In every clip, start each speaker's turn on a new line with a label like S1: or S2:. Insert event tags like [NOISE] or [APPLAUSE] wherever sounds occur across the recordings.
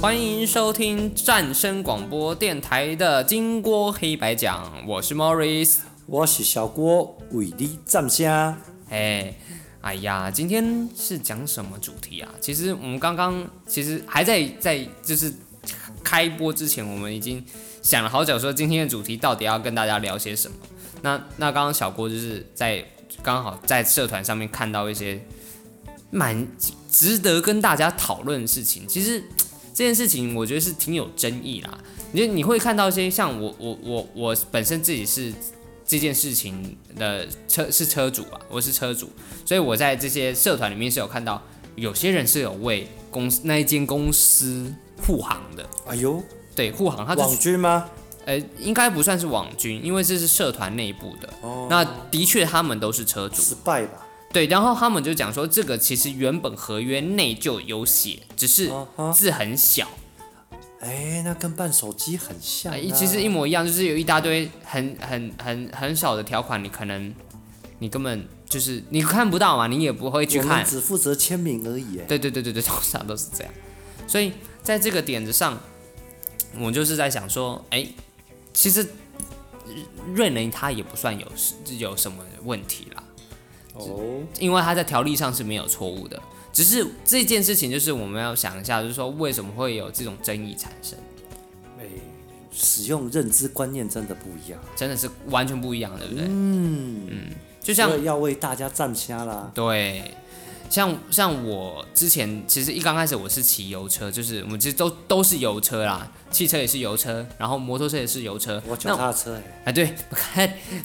S1: 欢迎收听战声广播电台的金锅黑白讲，我是 Morris。
S2: 我是小郭，为你站声。
S1: 哎，哎呀，今天是讲什么主题啊？其实我们刚刚其实还在在就是开播之前，我们已经想了好久，说今天的主题到底要跟大家聊些什么。那那刚刚小郭就是在刚好在社团上面看到一些蛮值得跟大家讨论的事情。其实这件事情我觉得是挺有争议啦。你就你会看到一些像我我我我本身自己是这件事情的车是车主啊，我是车主，所以我在这些社团里面是有看到有些人是有为公司那一间公司护航的，
S2: 哎呦，
S1: 对护航，他就
S2: 网军吗？
S1: 呃应该不算是网军，因为这是社团内部的。
S2: 哦
S1: 那的确他们都是车主，
S2: 失败吧？
S1: 对，然后他们就讲说这个其实原本合约内就有写，只是
S2: 啊哈，
S1: 字很小。
S2: 哎，那跟办手机很像、啊
S1: 哎，其实一模一样，就是有一大堆很很很很少的条款，你可能你根本就是你看不到嘛，你也不会去
S2: 我
S1: 看
S2: 们。只负责签名而已。哎
S1: 对对对对对，通常都是这样。所以在这个点子上，我就是在想说，哎，其实瑞能他也不算有有什么问题啦，
S2: 哦，
S1: 因为他在条例上是没有错误的。只是这件事情，就是我们要想一下，就是说为什么会有这种争议产生。
S2: 哎，使用认知观念真的不一样。
S1: 真的是完全不一样，对不对？
S2: 嗯，
S1: 就像
S2: 这要为大家站虾啦。
S1: 对，像像我之前其实一刚开始我是骑油车，就是我们其实都都是油车啦，汽车也是油车，然后摩托车也是油车。
S2: 我脚
S1: 那
S2: 踏车哎，
S1: 啊对，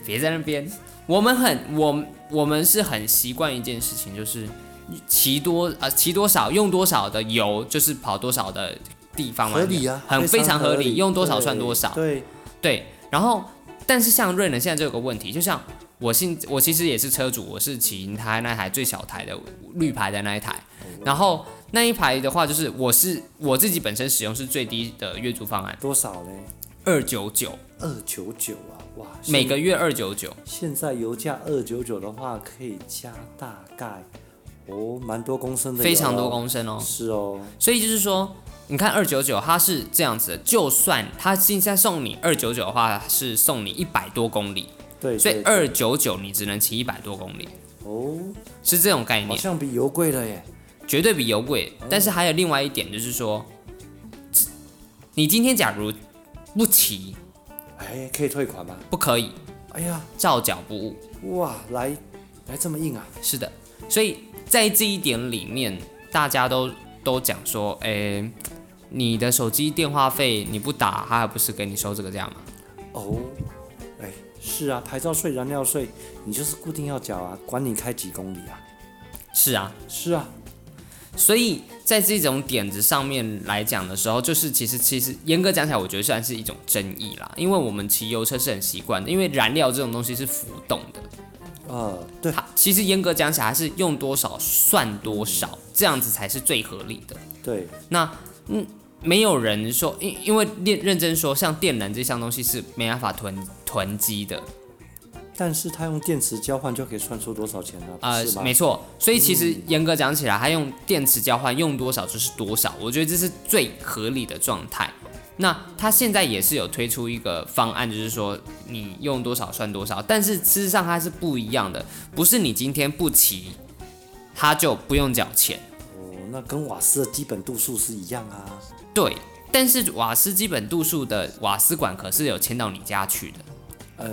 S1: 别在那边，我们很我我们是很习惯一件事情，就是你骑多啊、骑多少用多少的油，就是跑多少的地方嘛，
S2: 合理啊，
S1: 很非
S2: 非
S1: 常合理，
S2: 理，
S1: 用多少
S2: 对
S1: 算多少。
S2: 对，
S1: 对，然后但是像瑞能现在就有个问题，就像我现我其实也是车主，我是骑他那台最小台的绿牌的那一台，
S2: 哦
S1: 然后那一排的话就是我是我自己本身使用是最低的月租方案
S2: 多少嘞？
S1: 二九九，
S2: 二九九啊，哇！现
S1: 每个月二九九，
S2: 现在油价二九九的话，可以加大概哦，蛮多公升的油哦，
S1: 非常多公升哦，
S2: 是哦，
S1: 所以就是说。你看二九九，它是这样子的，就算它现在送你二九九的话，是送你一百多公里，
S2: 对，
S1: 所以
S2: 对
S1: 二九九你只能骑一百多公里，
S2: 哦，
S1: 是这种概
S2: 好
S1: 念。
S2: 像比油贵了耶。
S1: 绝对比油贵。但是还有另外一点就是说，你今天假如不骑，
S2: 哎，可以退款吗？
S1: 不可以
S2: 哎呀，
S1: 照缴不误。
S2: 哇，来来这么硬啊！
S1: 是的，所以在这一点里面，大家都都讲说，诶、你的手机电话费你不打，他还不是给你收这个价吗？
S2: 哦，哎，是啊，牌照税、燃料税，你就是固定要缴啊，管你开几公里啊。
S1: 是啊，
S2: 是啊，
S1: 所以在这种点子上面来讲的时候，就是其实其实严格讲起来，我觉得算是一种争议啦，因为我们骑油车是很习惯的，因为燃料这种东西是浮动的，
S2: 呃，对，
S1: 它其实严格讲起来，它是用多少算多少，这样子才是最合理的。
S2: 对，
S1: 那嗯，没有人说，因因为认认真说，像电能这项东西是没办法囤囤积的，
S2: 但是他用电池交换就可以算出多少钱了、
S1: 呃
S2: 是，吗？
S1: 没错。所以其实严格讲起来，它用电池交换用多少就是多少，我觉得这是最合理的状态。那它现在也是有推出一个方案，就是说你用多少算多少，但是事实上它是不一样的，不是你今天不骑，它就不用缴钱。
S2: 哦，那跟瓦斯的基本度数是一样啊。
S1: 对，但是瓦斯基本度数的瓦斯管可是有迁到你家去的。
S2: 哎，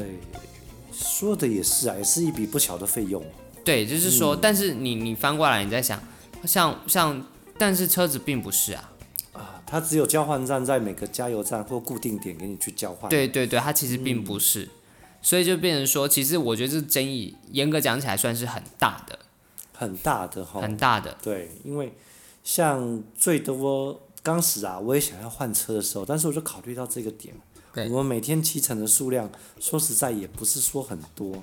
S2: 说的也是啊，也是一笔不小的费用。
S1: 对，就是说，
S2: 嗯
S1: 但是你你翻过来，你在想，像像，但是车子并不是啊。
S2: 啊，它只有交换站在每个加油站或固定点给你去交换。，
S1: 对对对，它其实并
S2: 嗯
S1: 不是，所以就变成说，其实我觉得这争议，严格讲起来算是很大的，
S2: 很大的哈。
S1: 很大的。
S2: 对，因为像最多当时啊，我也想要换车的时候，但是我就考虑到这个点，
S1: 对
S2: 我们每天骑乘的数量，说实在也不是说很多。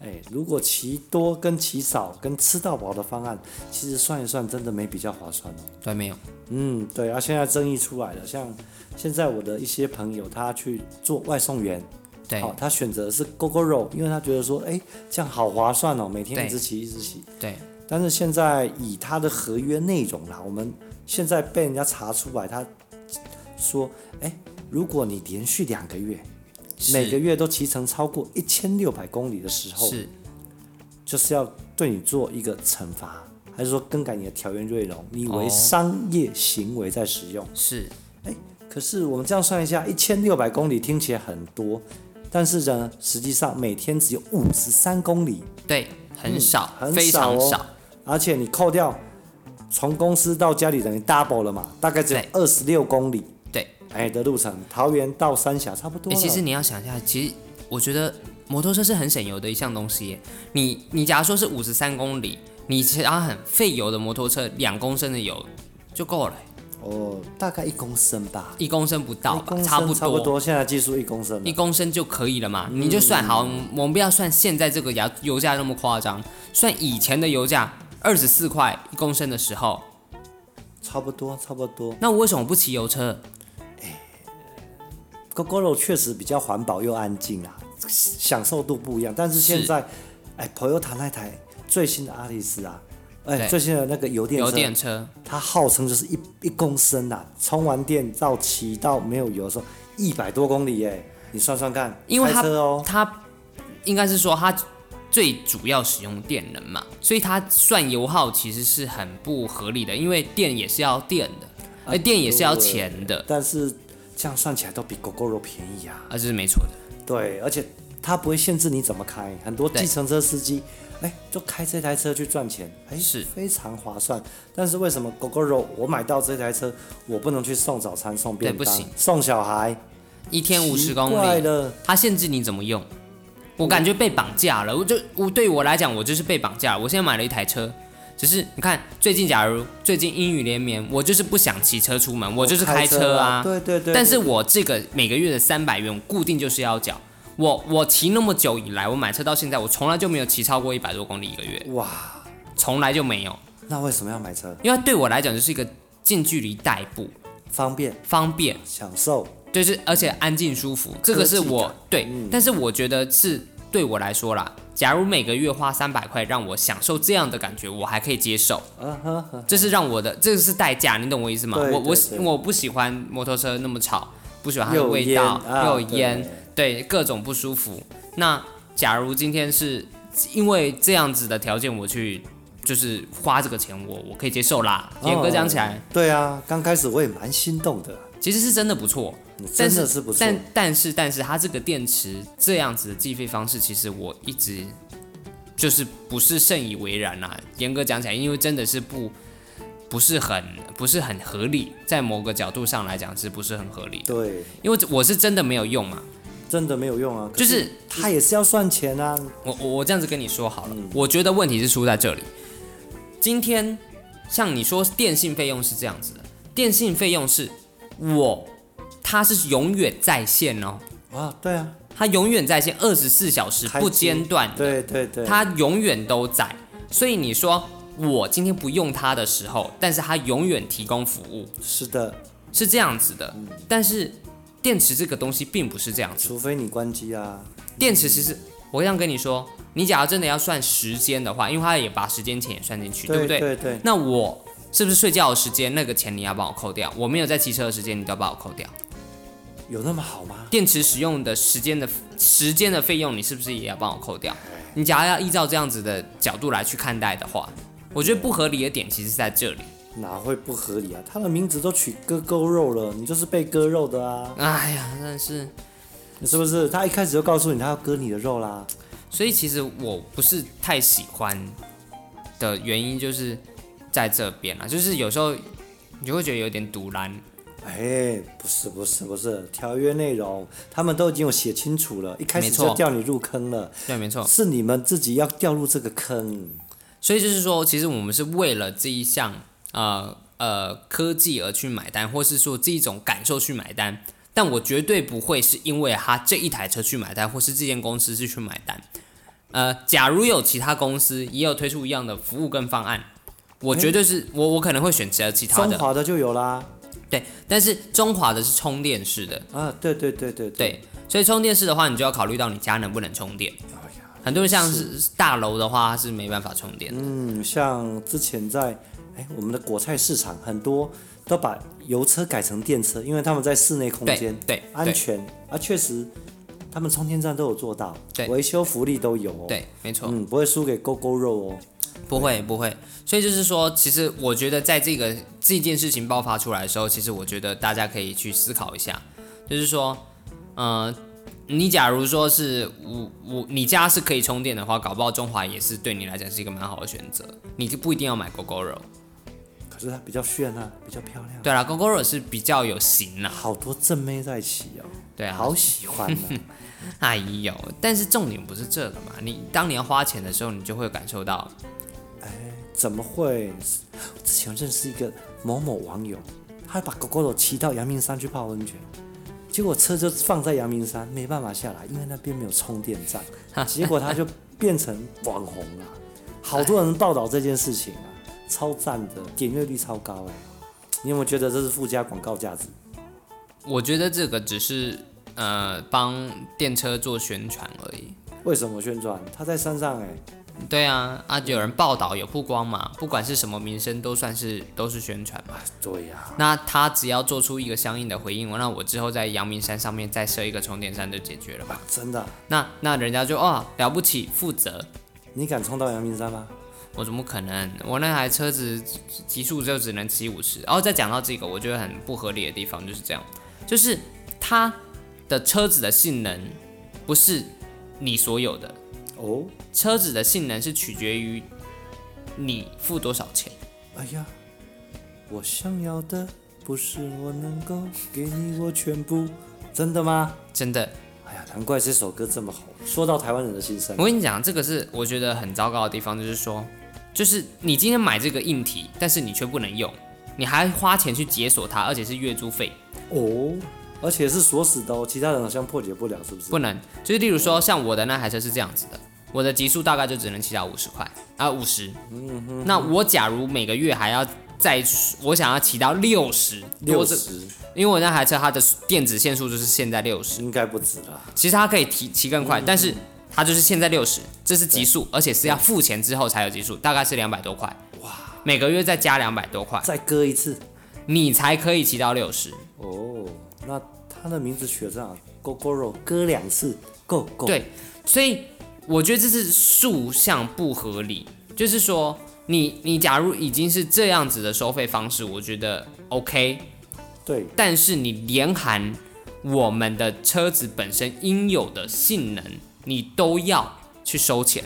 S2: 哎，如果骑多跟骑少跟吃到饱的方案，其实算一算真的没比较划算哦。
S1: 对，没有。
S2: 嗯，对啊，现在争议出来了，像现在我的一些朋友他去做外送员，
S1: 对
S2: 好、他选择的是 GoGo Roll，因为他觉得说，哎，这样好划算哦，每天一直骑一直骑。
S1: 对，
S2: 但是现在以他的合约内容啦，我们现在被人家查出来，他说，哎，如果你连续两个月，
S1: 是
S2: 每个月都骑乘超过一千六百公里的时候，
S1: 是
S2: 就是要对你做一个惩罚，还是说更改你的条约内容，你为
S1: 哦
S2: 商业行为在使用？
S1: 是
S2: 可是我们这样算一下，一千六百公里听起来很多，但是呢，实际上每天只有五十三公里，
S1: 对，很少，
S2: 嗯很
S1: 非常
S2: 少哦
S1: 少，
S2: 而且你扣掉从公司到家里等于 double 了嘛，大概只有二十六公里，
S1: 对。
S2: 哎的路程，桃园到三峡差不多
S1: 欸
S2: 了。
S1: 其实你要想一下，其实我觉得摩托车是很省油的一项东西耶。你你假如说是五十三公里，你其他很费油的摩托车，两公升的油就够了耶，
S2: 哦，大概一公升吧，
S1: 一公升不到
S2: 一
S1: 吧
S2: 公，
S1: 差
S2: 升
S1: 不
S2: 差
S1: 多
S2: 不。多，现在技术一公升
S1: 一
S2: 了。
S1: 公升就可以了嘛，你就算好，
S2: 嗯
S1: 我们不要算现在这个油油价那么夸张，算以前的油价二十四块一公升的时候，
S2: 差不多，差不多。
S1: 那我为什么不骑油车？
S2: GoGoRo 确实比较环保又安静啦，享受度不一样。但是现在，哎，Toyota 那台最新的阿丽斯啊，哎，
S1: 对
S2: 最新的那个油电
S1: 油
S2: 车，
S1: 电车
S2: 它号称就是一一公升啊，充完电到骑到没有油的时候，一百多公里耶，你算算看，
S1: 因为它
S2: 开车哦，
S1: 它应该是说它最主要使用电能嘛，所以它算油耗其实是很不合理的，因为电也是要电的，
S2: 哎
S1: 而电也是要钱的，
S2: 但是这样算起来都比 GoGoRo 便宜啊。
S1: 啊，这是没错的。
S2: 对，而且它不会限制你怎么开，很多
S1: 对
S2: 计程车司机，哎，就开这台车去赚钱，哎，
S1: 是
S2: 非常划算。但是为什么 GoGoRo 我买到这台车，我不能去送早餐、送便
S1: 对不
S2: 当
S1: 行、
S2: 送小孩？
S1: 一天五十公
S2: 奇怪
S1: 里，
S2: 了，
S1: 它限制你怎么用。我感觉被绑架了，我就我对我来讲，我就是被绑架了。我现在买了一台车，只是你看最近，假如最近阴雨连绵，我就是不想骑车出门，我就是
S2: 开
S1: 车
S2: 啊，对对对。
S1: 但是我这个每个月的三百元，我固定就是要缴。我我骑那么久以来，我买车到现在，我从来就没有骑超过一百多公里一个月，
S2: 哇，
S1: 从来就没有。
S2: 那为什么要买车？
S1: 因为对我来讲，就是一个近距离代步，
S2: 方便、
S1: 方便，
S2: 享受，
S1: 就是而且安静舒服，这个是我对。
S2: 嗯
S1: 但是我觉得是对我来说啦，假如每个月花三百块让我享受这样的感觉，我还可以接受。
S2: 嗯哼哼，
S1: 这是让我的，这个是代价，你懂我意思吗？
S2: 对
S1: 我我
S2: 对
S1: 喜
S2: 对
S1: 我不喜欢摩托车那么吵，不喜欢它的
S2: 又
S1: 味
S2: 烟
S1: 道，
S2: 啊
S1: 又有烟，对各种不舒服。那假如今天是因为这样子的条件，我去就是花这个钱我，我可以接受啦。
S2: 哦
S1: 严格讲起来，
S2: 对啊，刚开始我也蛮心动的，
S1: 其实是真的不错，
S2: 你真
S1: 但
S2: 的是不错
S1: 但。但是但是它这个电池这样子的计费方式，其实我一直就是不是甚以为然啦、严格讲起来，因为真的是不不是很不是很合理，在某个角度上来讲是不是很合理？
S2: 对，
S1: 因为我是真的没有用嘛，
S2: 真的没有用啊，可
S1: 就是
S2: 他也是要算钱啊，
S1: 我我我这样子跟你说好了，
S2: 嗯
S1: 我觉得问题是出在这里。今天像你说电信费用是这样子的，电信费用是我它是永远在线哦，
S2: 啊，对啊，
S1: 它永远在线，二十四小时
S2: 开机
S1: 不间断，
S2: 对对对，
S1: 它永远都在。所以你说我今天不用它的时候，但是它永远提供服务，
S2: 是的，
S1: 是这样子的。
S2: 嗯
S1: 但是电池这个东西并不是这样子，
S2: 除非你关机啊，
S1: 电池其实我这样跟你说，你假如真的要算时间的话，因为它也把时间钱也算进去，
S2: 对
S1: 不对？
S2: 对对，
S1: 那我是不是睡觉的时间那个钱你要帮我扣掉？我没有在骑车的时间你都要帮我扣掉。
S2: 有那么好吗？
S1: 电池使用的时间的时间的费用，你是不是也要帮我扣掉？你假如要依照这样子的角度来去看待的话，我觉得不合理的点其实是在这里。
S2: 哪会不合理啊？他的名字都取割割肉了，你就是被割肉的啊，
S1: 哎呀，真的是，
S2: 是不是？他一开始就告诉你他要割你的肉啦，
S1: 所以其实我不是太喜欢的原因就是在这边啦，就是有时候你就会觉得有点堵然。
S2: 哎，不是不是不是，条约内容他们都已经有写清楚了，一开
S1: 没
S2: 始
S1: 错哦
S2: 就掉你入坑了，
S1: 对，没
S2: [LAUGHS]
S1: 错。
S2: 是你们自己要掉入这个坑，
S1: 所以就是说，其实我们是为了这一项呃呃科技而去买单，或是说这一种感受去买单。但我绝对不会是因为他这一台车去买单，或是这间公司是去买单。呃，假如有其他公司也有推出一样的服务跟方案，我绝对是、我我可能会选择其他
S2: 中
S1: 的。
S2: 华的就有啦，
S1: 对，但是中华的是充电式的，
S2: 啊，对对对对
S1: 对，所以充电式的话，你就要考虑到你家能不能充电。
S2: 哦
S1: 很多人像是大楼的话它是没办法充电的。
S2: 嗯，像之前在哎哎，我们的果菜市场很多都把油车改成电车，因为他们在室内空
S1: 对
S2: 间
S1: 对
S2: 安全啊，确实他们充电站都有做到
S1: 对，
S2: 维修福利都有哦。
S1: 对，没错。
S2: 嗯，不会输给勾勾肉哦。
S1: 不会不会，所以就是说，其实我觉得在这个这件事情爆发出来的时候，其实我觉得大家可以去思考一下，就是说，呃，你假如说是我我你家是可以充电的话，搞不好中华也是对你来讲是一个蛮好的选择，你就不一定要买 GoGo 肉。
S2: 可是它比较炫啊，比较漂亮，
S1: 对啦，GoGo 肉是比较有型啦，
S2: 好多正妹在一起哦，
S1: 对啊，
S2: 好喜欢啊。
S1: 哎呦，但是重点不是这个嘛，你当你要花钱的时候，你就会感受到，
S2: 怎么会？我之前认识一个某某网友，他把狗狗肉骑到阳明山去泡温泉，结果车就放在阳明山，没办法下来，因为那边没有充电站。结果他就变成网红了，好多人报道这件事情啊，超赞的，点阅率超高哎、你有没有觉得这是附加广告价值？
S1: 我觉得这个只是呃帮电车做宣传而已。
S2: 为什么宣传？他在山上哎、
S1: 对啊，啊，有人报道有曝光嘛，不管是什么名声，都算是都是宣传嘛。
S2: 对呀、
S1: 那他只要做出一个相应的回应，那我之后在阳明山上面再设一个充电站就解决了嘛。
S2: 真的啊，
S1: 那那人家就哦了不起，负责。
S2: 你敢冲到阳明山吗？
S1: 我怎么可能？我那台车子极速就只能骑五十。然后再讲到这个，我觉得很不合理的地方就是这样，就是它的车子的性能不是你所有的，
S2: 哦，
S1: 车子的性能是取决于你付多少钱。
S2: 哎呀，我想要的不是我能够给你我全部，真的吗？
S1: 真的，
S2: 哎呀，难怪这首歌这么红，说到台湾人的心声
S1: 我。跟你讲，这个是我觉得很糟糕的地方，就是说，就是你今天买这个硬体，但是你却不能用，你还花钱去解锁它，而且是月租费，
S2: 哦，而且是锁死的哦，其他人好像破解不了，是不是？
S1: 不能。就是例如说，像我的那台车是这样子的，我的极速大概就只能骑到五十块啊，五十。那我假如每个月还要再，我想要骑到六十，
S2: 六
S1: 多这，
S2: 十
S1: 因为我那台车它的电子限速就是现在六十，
S2: 应该不止啦。
S1: 其实它可以提骑更快，但是它就是现在六十，这是极速，而且是要付钱之后才有极速，大概是两百多块。哇，每个月再加两百多块，
S2: 再割一次。
S1: 你才可以骑到六十。
S2: 哦，那他的名字取得这样，Go Go 肉割两次，Go Go。
S1: 对所以我觉得这是数项不合理，就是说你你假如已经是这样子的收费方式，我觉得 OK，
S2: 对，
S1: 但是你连含我们的车子本身应有的性能，你都要去收钱。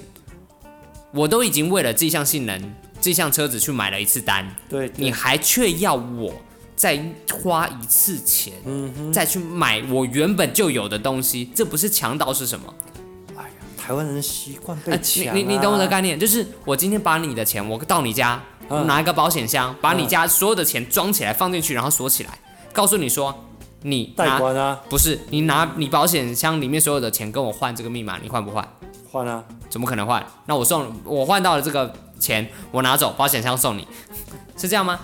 S1: 我都已经为了这项性能、这项车子去买了一次单，
S2: 对对
S1: 你还却要我再花一次钱，再去买我原本就有的东西，这不是强盗是什么？
S2: 哎呀，台湾人习惯被
S1: 呃
S2: 抢、啊
S1: 你你你懂我的概念，就是我今天把你的钱，我到你家、
S2: 嗯
S1: 拿一个保险箱，把你家所有的钱装起来放进去，然后锁起来，告诉你说你
S2: 带
S1: 拿
S2: 关啊，
S1: 不是你拿你保险箱里面所有的钱跟我换这个密码，你换不换？
S2: 换啊，
S1: 怎么可能换？那我送我换到了这个钱，我拿走保险箱送你， [LAUGHS] 是这样吗？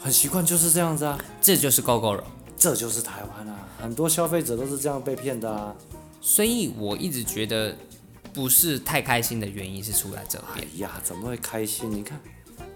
S2: 很习惯就是这样子啊。
S1: 这就是够够了。
S2: 这就是台湾啊，很多消费者都是这样被骗的啊。
S1: 所以我一直觉得不是太开心的原因是出在这
S2: 哎
S1: 边。
S2: 呀，怎么会开心？你看，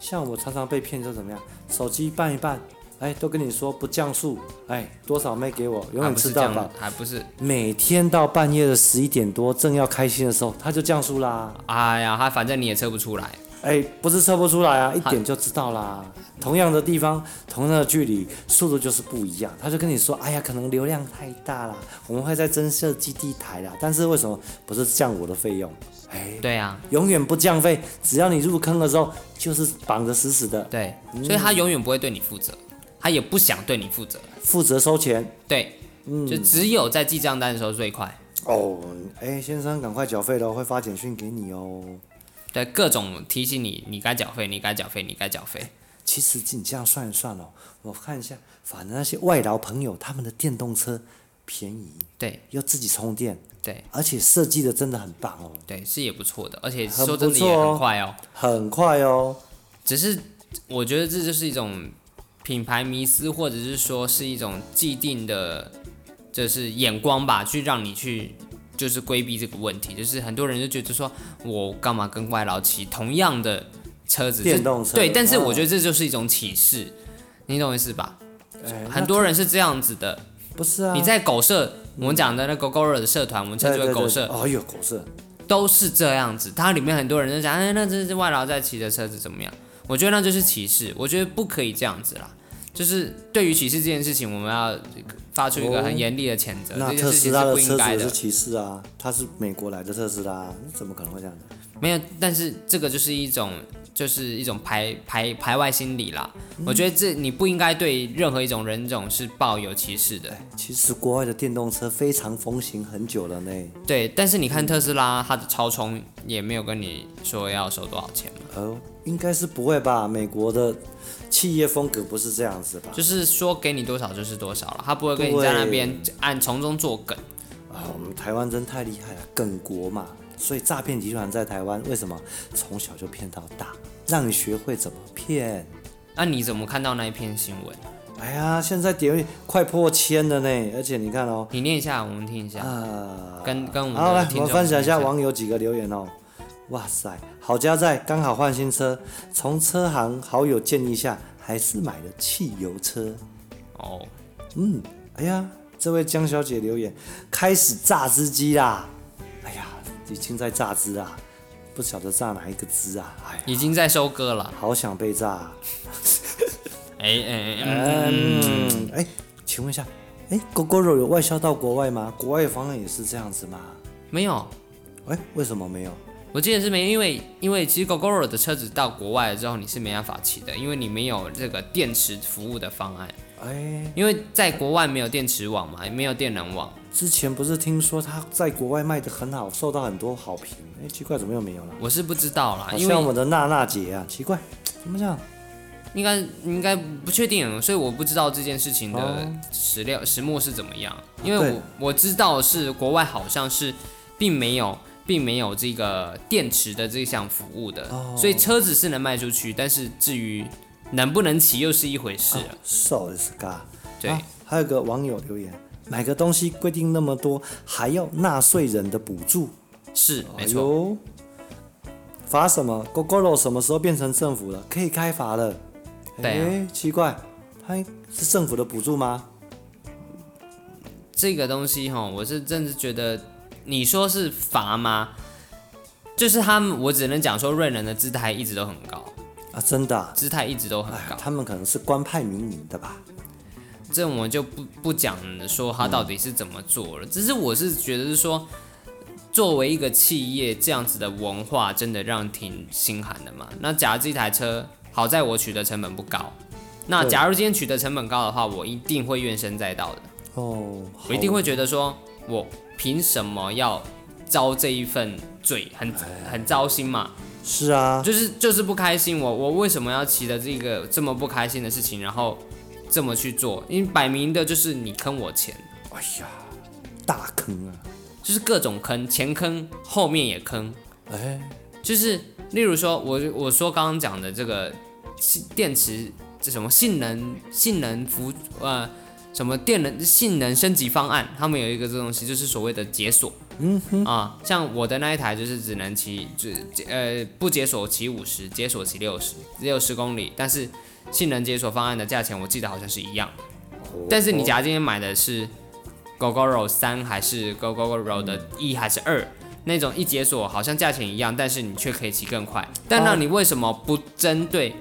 S2: 像我常常被骗就怎么样，手机办一办，哎，都跟你说不降速，哎，多少妹给我，
S1: 还
S2: 永远
S1: 啊不是
S2: 吃
S1: 这
S2: 到
S1: 样
S2: 饱
S1: 的。，还不是
S2: 每天到半夜的十一点多，正要开心的时候，他就降速啦。
S1: 哎呀，他反正你也测不出来。
S2: 哎，不是测不出来啊，一点就知道啦。同样的地方，同样的距离，速度就是不一样。他就跟你说，哎呀，可能流量太大啦，我们会再增设基地台啦。但是为什么不是降我的费用？哎，
S1: 对啊，
S2: 永远不降费，只要你入坑的时候就是绑得死死的，
S1: 对，所以他
S2: 嗯
S1: 永远不会对你负责，他也不想对你负责。
S2: 负责收钱。
S1: 对，
S2: 嗯
S1: 就只有在记账单的时候最快。
S2: 哦，哎，先生，赶快缴费喽，会发简讯给你哦。
S1: 对，各种提醒你，你该缴费，你该缴费，你该缴费。
S2: 其实你这样算一算哦，我看一下，反正那些外劳朋友他们的电动车便宜，
S1: 对
S2: 又自己充电，
S1: 对
S2: 而且设计的真的很棒哦，
S1: 对，是也不错的，而且
S2: 很
S1: 说真的
S2: 不错
S1: 也
S2: 哦
S1: 很快哦。
S2: 很快哦。
S1: 只是我觉得这就是一种品牌迷思，或者是说是一种既定的，就是眼光吧，去让你去就是规避这个问题。就是很多人就觉得说，我干嘛跟外劳骑同样的车子，
S2: 电动车
S1: 对，但是
S2: 哦
S1: 我觉得这就是一种启示，你懂我意思吧？
S2: 哎
S1: 很多人是这样子的，
S2: 那不是啊，
S1: 你在狗社，我们讲的那狗狗热的社团，我们称之
S2: 对
S1: 为
S2: 对
S1: 狗
S2: 对
S1: 社，
S2: 哎呦，狗社，
S1: 都是这样子。它里面很多人就讲，哎，那这是外劳在骑的车子怎么样？我觉得那就是歧视，我觉得不可以这样子啦。就是对于歧视这件事情，我们要发出一个
S2: 哦
S1: 很严厉的谴责，
S2: 那
S1: 这件
S2: 特
S1: 事
S2: 斯
S1: 情
S2: 拉
S1: 是
S2: 的
S1: 不应
S2: 车子
S1: 该
S2: 也
S1: 的
S2: 是。歧视啊，它是美国来的特斯拉，怎么可能会这样的？
S1: 没有，但是这个就是一种，就是一种排排排外心理啦。我觉得这你不应该对任何一种人种是抱有歧视的。
S2: 其实国外的电动车非常风行很久了呢。
S1: 对，但是你
S2: 嗯
S1: 看特斯拉，它的超充也没有跟你说要收多少钱嘛，
S2: 哦，应该是不会吧？美国的企业风格不是这样子吧？
S1: 就是说给你多少就是多少了，它不会跟你在那边按从中作梗。
S2: 啊，我们台湾真太厉害了，梗国嘛。所以诈骗集团在台湾为什么从小就骗到大，让你学会怎么骗？
S1: 那、你怎么看到那一篇新闻？
S2: 哎呀，现在点阅快破千了呢，而且你看哦，
S1: 你念一下，我们听一下。
S2: 啊，
S1: 跟跟我们的
S2: 好来，
S1: 嗯听
S2: 我
S1: 众
S2: 们分享一下
S1: 分享
S2: 网友几个留言哦。哇塞，好家在刚好换新车，从车行好友建议下，还是买了汽油车。
S1: 哦，
S2: 嗯，哎呀，这位江小姐留言，开始榨汁机啦！哎呀，已经在榨汁啦，不晓得榨哪一个汁啊！哎呀，
S1: 已经在收割了。
S2: 好想被榨、啊。
S1: 哎哎哎嗯，
S2: 嗯，哎，请问一下，哎，狗狗肉有外销到国外吗？国外方案也是这样子吗？
S1: 没有，
S2: 哎，为什么没有？
S1: 我记得是没，因为因为其实 Gogoro 的车子到国外了之后，你是没办法骑的，因为你没有这个电池服务的方案，
S2: 哎，
S1: 因为在国外没有电池网嘛，也没有电能网。
S2: 之前不是听说它在国外卖的很好，受到很多好评。哎，奇怪，怎么又没有了？
S1: 我是不知道啦，
S2: 好
S1: 啊因
S2: 像我
S1: 为
S2: 们的娜娜姐啊，奇怪，怎么这样？
S1: 应该应该不确定，所以我不知道这件事情的
S2: 哦
S1: 史料始末是怎么样。因为
S2: 对
S1: 我我知道是国外好像是并没有并没有这个电池的这项服务的，
S2: 哦
S1: 所以车子是能卖出去，但是至于能不能骑又是一回事了。
S2: So is God。
S1: 对
S2: 啊，还有个网友留言，买个东西规定那么多，还要纳税人的补助，
S1: 是没
S2: 哎
S1: 错。
S2: 呦，罚什么？GoGoRo 什么时候变成政府了？可以开罚了？
S1: 对啊
S2: 哎奇怪，它是政府的补助吗？
S1: 这个东西哈，我是真的觉得，你说是罚吗？就是他们，我只能讲说，瑞人的姿态一直都很高，
S2: 啊，真的、啊，
S1: 姿态一直都很
S2: 哎
S1: 高。
S2: 他们可能是官派民营的吧？
S1: 这我就不不讲说他到底是怎么做了，只是我是觉得是说，作为一个企业，这样子的文化真的让挺心寒的嘛。那假如这台车好在我取得成本不高，那
S2: 对
S1: 假如今天取得成本高的话，我一定会怨声载道的。
S2: 哦，
S1: 我一定会觉得说，我凭什么要遭这一份罪，很很糟心嘛，
S2: 好是啊，
S1: 就是就是不开心，我我为什么要骑的这个这么不开心的事情，然后这么去做？因为摆明的就是你坑我钱，
S2: 哎呀，大坑啊！
S1: 就是各种坑，前坑后面也坑，
S2: 哎，
S1: 就是例如说我我说刚刚讲的这个性电池这什么性能性能服呃什么电能性能升级方案，他们有一个这东西，就是所谓的解锁。嗯哼啊，像我的那一台就是只能骑，只呃不解锁骑五十，解锁骑六十，六十公里。但是性能解锁方案的价钱我记得好像是一样的。哦但是你假如今天买的是 GoGoRo 三还是 GoGoRo 的一还是二，那种一解锁好像价钱一样，但是你却可以骑更快。但那你为什么不针对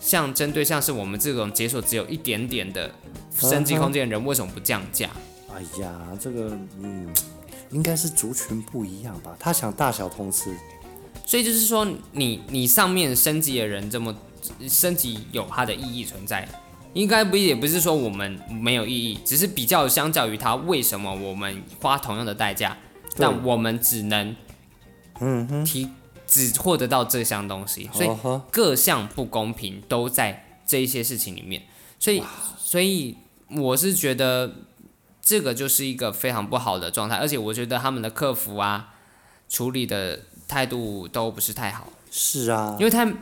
S1: 像针对像是我们这种解锁只有一点点的升级空间的人，为什么不降价？
S2: 哎呀，这个嗯，应该是族群不一样吧？他想大小通吃，
S1: 所以就是说你，你上面升级的人这么升级有它的意义存在，应该不也不是说我们没有意义，只是比较相较于它，为什么我们花同样的代价，
S2: 对
S1: 但我们只能嗯提只获得到这项东西，所以
S2: 哦呵
S1: 各项不公平都在这一些事情里面，所以所以我是觉得这个就是一个非常不好的状态，而且我觉得他们的客服啊处理的态度都不是太好，
S2: 是啊，
S1: 因为他们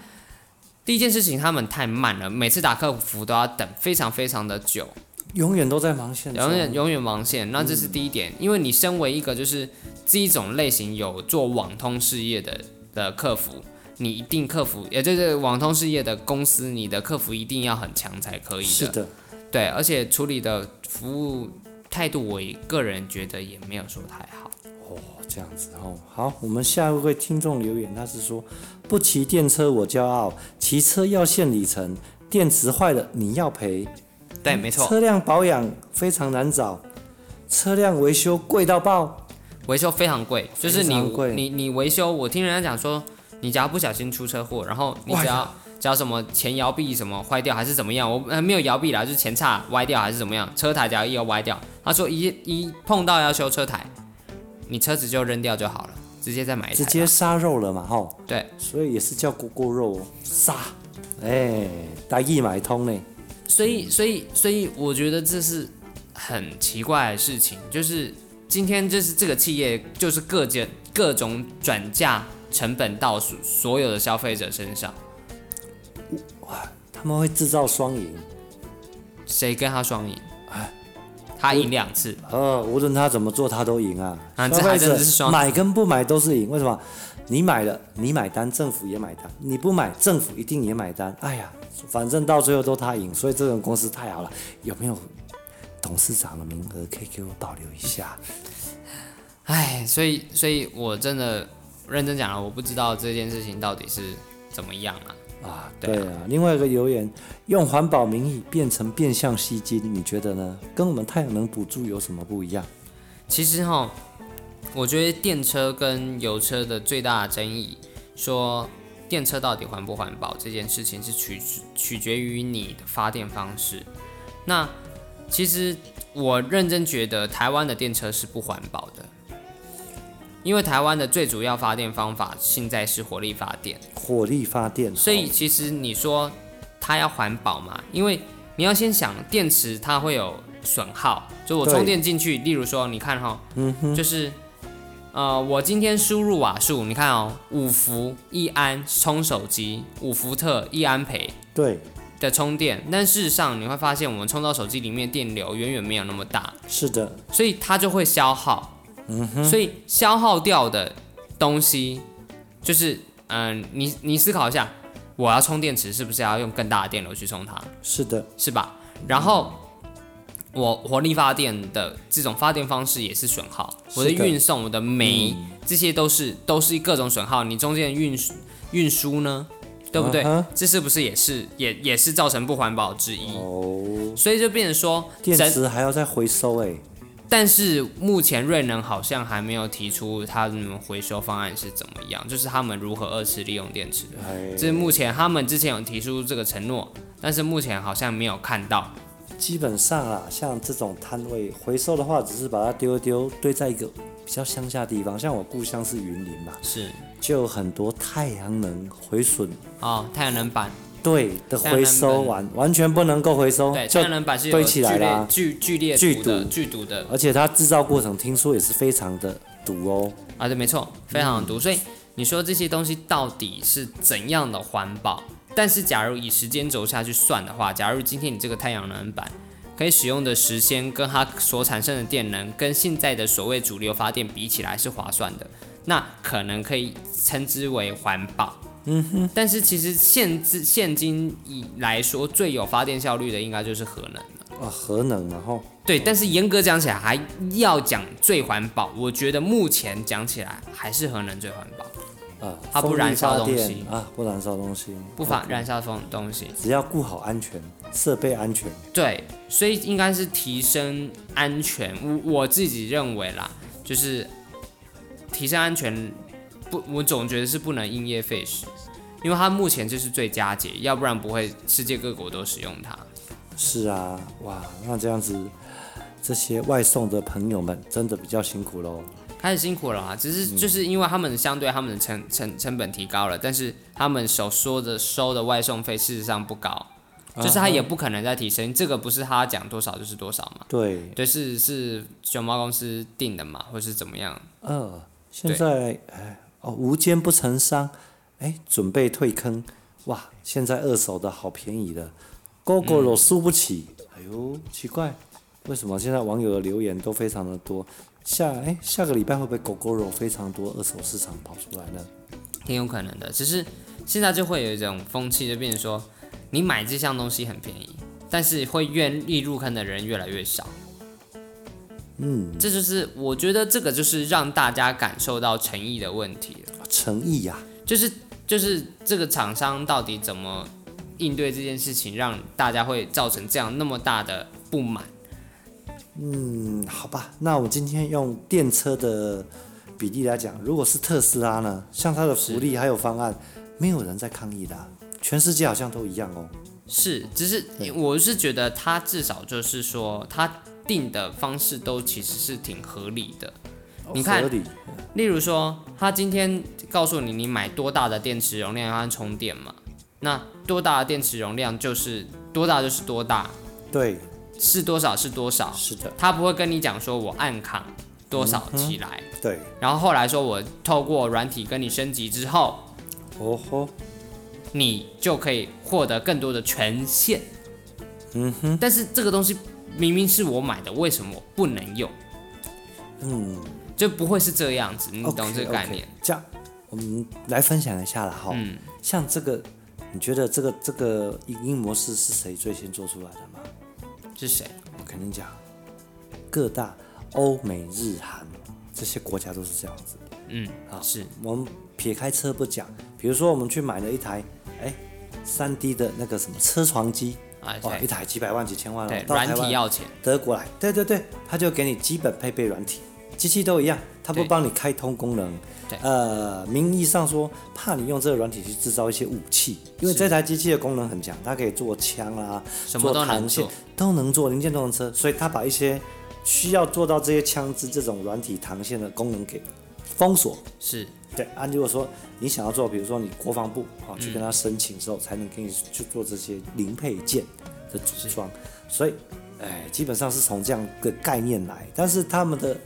S1: 第一件事情他们太慢了，每次打客服都要等非常非常的久，
S2: 永远都在忙线中，
S1: 永远永远忙线，那这是第一
S2: 嗯
S1: 点，因为你身为一个就是这一种类型有做网通事业的的客服，你一定客服，也就是网通事业的公司，你的客服一定要很强才可以
S2: 是的，
S1: 对，而且处理的服务态度，我个人觉得也没有说太好。
S2: 哦，这样子哦。好，我们下一位听众留言，他是说不骑电车我骄傲，骑车要限里程，电池坏了你要赔。嗯
S1: 对，没错，
S2: 车辆保养非常难找，车辆维修贵到爆。
S1: 维修非常贵，就是你
S2: 非常贵
S1: 你你维修，我听人家讲说，你只要不小心出车祸，然后你
S2: 哇
S1: 只要只要什么前摇臂什么坏掉还是怎么样，我呃没有摇臂啦，就是前叉歪掉还是怎么样，车台只要一歪掉，他说一一碰到要修车台，你车子就扔掉就好了，直接再买一台吧，
S2: 直接杀肉了嘛，吼。
S1: 对，
S2: 所以也是叫锅锅肉哦，杀。哎，大义买通呢，
S1: 所以，所以，所以，我觉得这是很奇怪的事情，就是今天就是这个企业就是各界各种转嫁成本到所所有的消费者身上，
S2: 他们会制造双赢。
S1: 谁跟他双赢？他赢两次，
S2: 呃，无论他怎么做，他都赢啊。
S1: 啊这
S2: 消费
S1: 还真
S2: 者
S1: 的是双赢
S2: 买跟不买都是赢，为什么？你买了，你买单，政府也买单；你不买，政府一定也买单。哎呀，反正到最后都他赢，所以这种公司太好了。有没有董事长的名额可以给我保留一下？
S1: 哎，所以，所以我真的认真讲了，我不知道这件事情到底是怎么样啊。
S2: 啊，
S1: 对
S2: 对
S1: 啊
S2: 啊，另外一个留言，用环保名义变成变相吸金，你觉得呢？跟我们太阳能补助有什么不一样？
S1: 其实哈，我觉得电车跟油车的最大的争议，说电车到底环不环保这件事情是取取决于你的发电方式。那其实我认真觉得台湾的电车是不环保的，因为台湾的最主要发电方法现在是火力发电，
S2: 火力发电，
S1: 所以
S2: 哦
S1: 其实你说它要环保嘛，因为你要先想电池它会有损耗，就我
S2: 对
S1: 充电进去，例如说你看哈、
S2: 嗯哼，
S1: 就是呃，我今天输入瓦数，你看哦，五伏一安充手机，五伏特一安培
S2: 对，
S1: 的充电，但事实上你会发现，我们充到手机里面电流远远没有那么大，
S2: 是的，
S1: 所以它就会消耗。所以消耗掉的东西，就是嗯、你你思考一下，我要充电池是不是要用更大的电流去充它？
S2: 是的，
S1: 是吧？然后我火力发电的这种发电方式也是损耗，我的
S2: 是的
S1: 运送、我的煤、这些都是都是各种损耗，你中间的运输运输呢，对不对
S2: 嗯哼
S1: 这是不是也是也也是造成不环保之一？
S2: 哦，
S1: 所以就变成说，
S2: 电
S1: 整
S2: 池还要再回收哎，
S1: 但是目前瑞能好像还没有提出他们回收方案是怎么样，就是他们如何二次利用电池。
S2: 哎，
S1: 这是目前他们之前有提出这个承诺，但是目前好像没有看到。
S2: 基本上啊，像这种摊位回收的话，只是把它丢一丢，堆在一个比较乡下地方，像我故乡是云林嘛，
S1: 是
S2: 就有很多太阳能回损
S1: 哦，太阳能板，
S2: 对的
S1: 太阳能
S2: 回收
S1: 能
S2: 完，完全不能够回收，
S1: 对，太
S2: 就
S1: 阳能板是有
S2: 堆
S1: 剧
S2: 起来啦
S1: 烈剧剧烈
S2: 剧
S1: 毒的
S2: 毒
S1: 剧毒的
S2: 而且它制造过程听说也是非常的毒哦。
S1: 啊，对，没错，非常毒。所以你说这些东西到底是怎样的环保？但是假如以时间轴下去算的话，假如今天你这个太阳能板可以使用的时间跟它所产生的电能跟现在的所谓主流发电比起来是划算的，那可能可以称之为环保。嗯哼，但是其实现至现今以来说，最有发电效率的应该就是核能了。
S2: 啊，核能然后
S1: 对，但是严格讲起来，还要讲最环保。我觉得目前讲起来，还是核能最环保，
S2: 啊，
S1: 它不
S2: 风力
S1: 燃烧
S2: 发
S1: 东
S2: 电
S1: 西
S2: 啊，不燃烧东西，啊
S1: 不发燃烧风东西。
S2: 只要顾好安全，设备安全，
S1: 对，所以应该是提升安全。我我自己认为啦，就是提升安全，不，我总觉得是不能因噎废食，因为它目前就是最佳解，要不然不会世界各国都使用它。
S2: 是啊，哇，那这样子，这些外送的朋友们真的比较辛苦喽。
S1: 开始辛苦了啊，只是就是因为他们相对他们的成成成本提高了，但是他们所说的收的外送费事实上不高，就是他也不可能再提升，这个不是他讲多少就是多少嘛，
S2: 对，
S1: 对，是是熊猫公司定的嘛，或是怎么样？
S2: 呃，现在哎哦，无奸不成商，哎，准备退坑，哇，现在二手的好便宜的，GoGo 输不起，哎呦，奇怪，为什么现在网友的留言都非常的多？下哎，下个礼拜会不会狗狗肉非常多二手市场跑出来呢？
S1: 挺有可能的。只是现在就会有一种风气，就变成说，你买这项东西很便宜，但是会愿意入坑的人越来越少。
S2: 嗯，
S1: 这就是我觉得这个就是让大家感受到诚意的问题了，
S2: 啊诚意呀、
S1: 就是就是这个厂商到底怎么应对这件事情，让大家会造成这样那么大的不满。
S2: 嗯，好吧，那我今天用电车的比例来讲，如果是特斯拉呢，像它的福利还有方案，没有人在抗议的啊、全世界好像都一样哦。
S1: 是，只是
S2: 对
S1: 我是觉得他至少就是说，他定的方式都其实是挺合理的。你看
S2: 合理，
S1: 例如说，他今天告诉你你买多大的电池容量要充电嘛，那多大的电池容量就是多大就是多大，
S2: 对，
S1: 是多少是多少，
S2: 是嗯的，
S1: 他不会跟你讲说我按扛多少起来，
S2: 对，
S1: 然后后来说我透过软体跟你升级之后，
S2: 哦吼，
S1: 你就可以获得更多的权限。嗯哼，但是这个东西明明是我买的，为什么我不能用？
S2: 嗯，
S1: 就不会是这样子，你
S2: OK，
S1: 懂这个概念
S2: OK，这样，我们来分享一下了哈。
S1: 嗯，
S2: 像这个，你觉得这个这个影音模式是谁最先做出来的吗？
S1: 是谁？
S2: 我跟你讲，各大欧美日韩这些国家都是这样子。
S1: 嗯，
S2: 好
S1: 是
S2: 我们撇开车不讲，比如说我们去买了一台，哎，3 D 的那个什么车床机，
S1: 啊，
S2: 哇，一
S1: 对
S2: 台几百万、几千万
S1: 对
S2: 哦，，到台
S1: 软体
S2: 湾、
S1: 要钱，
S2: 德国来，对对对，他就给你基本配备软体，机器都一样，他不
S1: 对
S2: 帮你开通功能
S1: 对。
S2: 呃，名义上说怕你用这个软体去制造一些武器，因为
S1: 是
S2: 这台机器的功能很强，它可以做枪啊，
S1: 什么都能做
S2: 做膛。线，都能做零件都能车，所以他把一些需要做到这些枪支这种软体膛线的功能给封锁，
S1: 是
S2: 对啊，如果说你想要做，比如说你国防部啊
S1: 嗯
S2: 去跟他申请之后，才能给你去做这些零配件的组装，所以，哎，基本上是从这样的概念来，但是他们的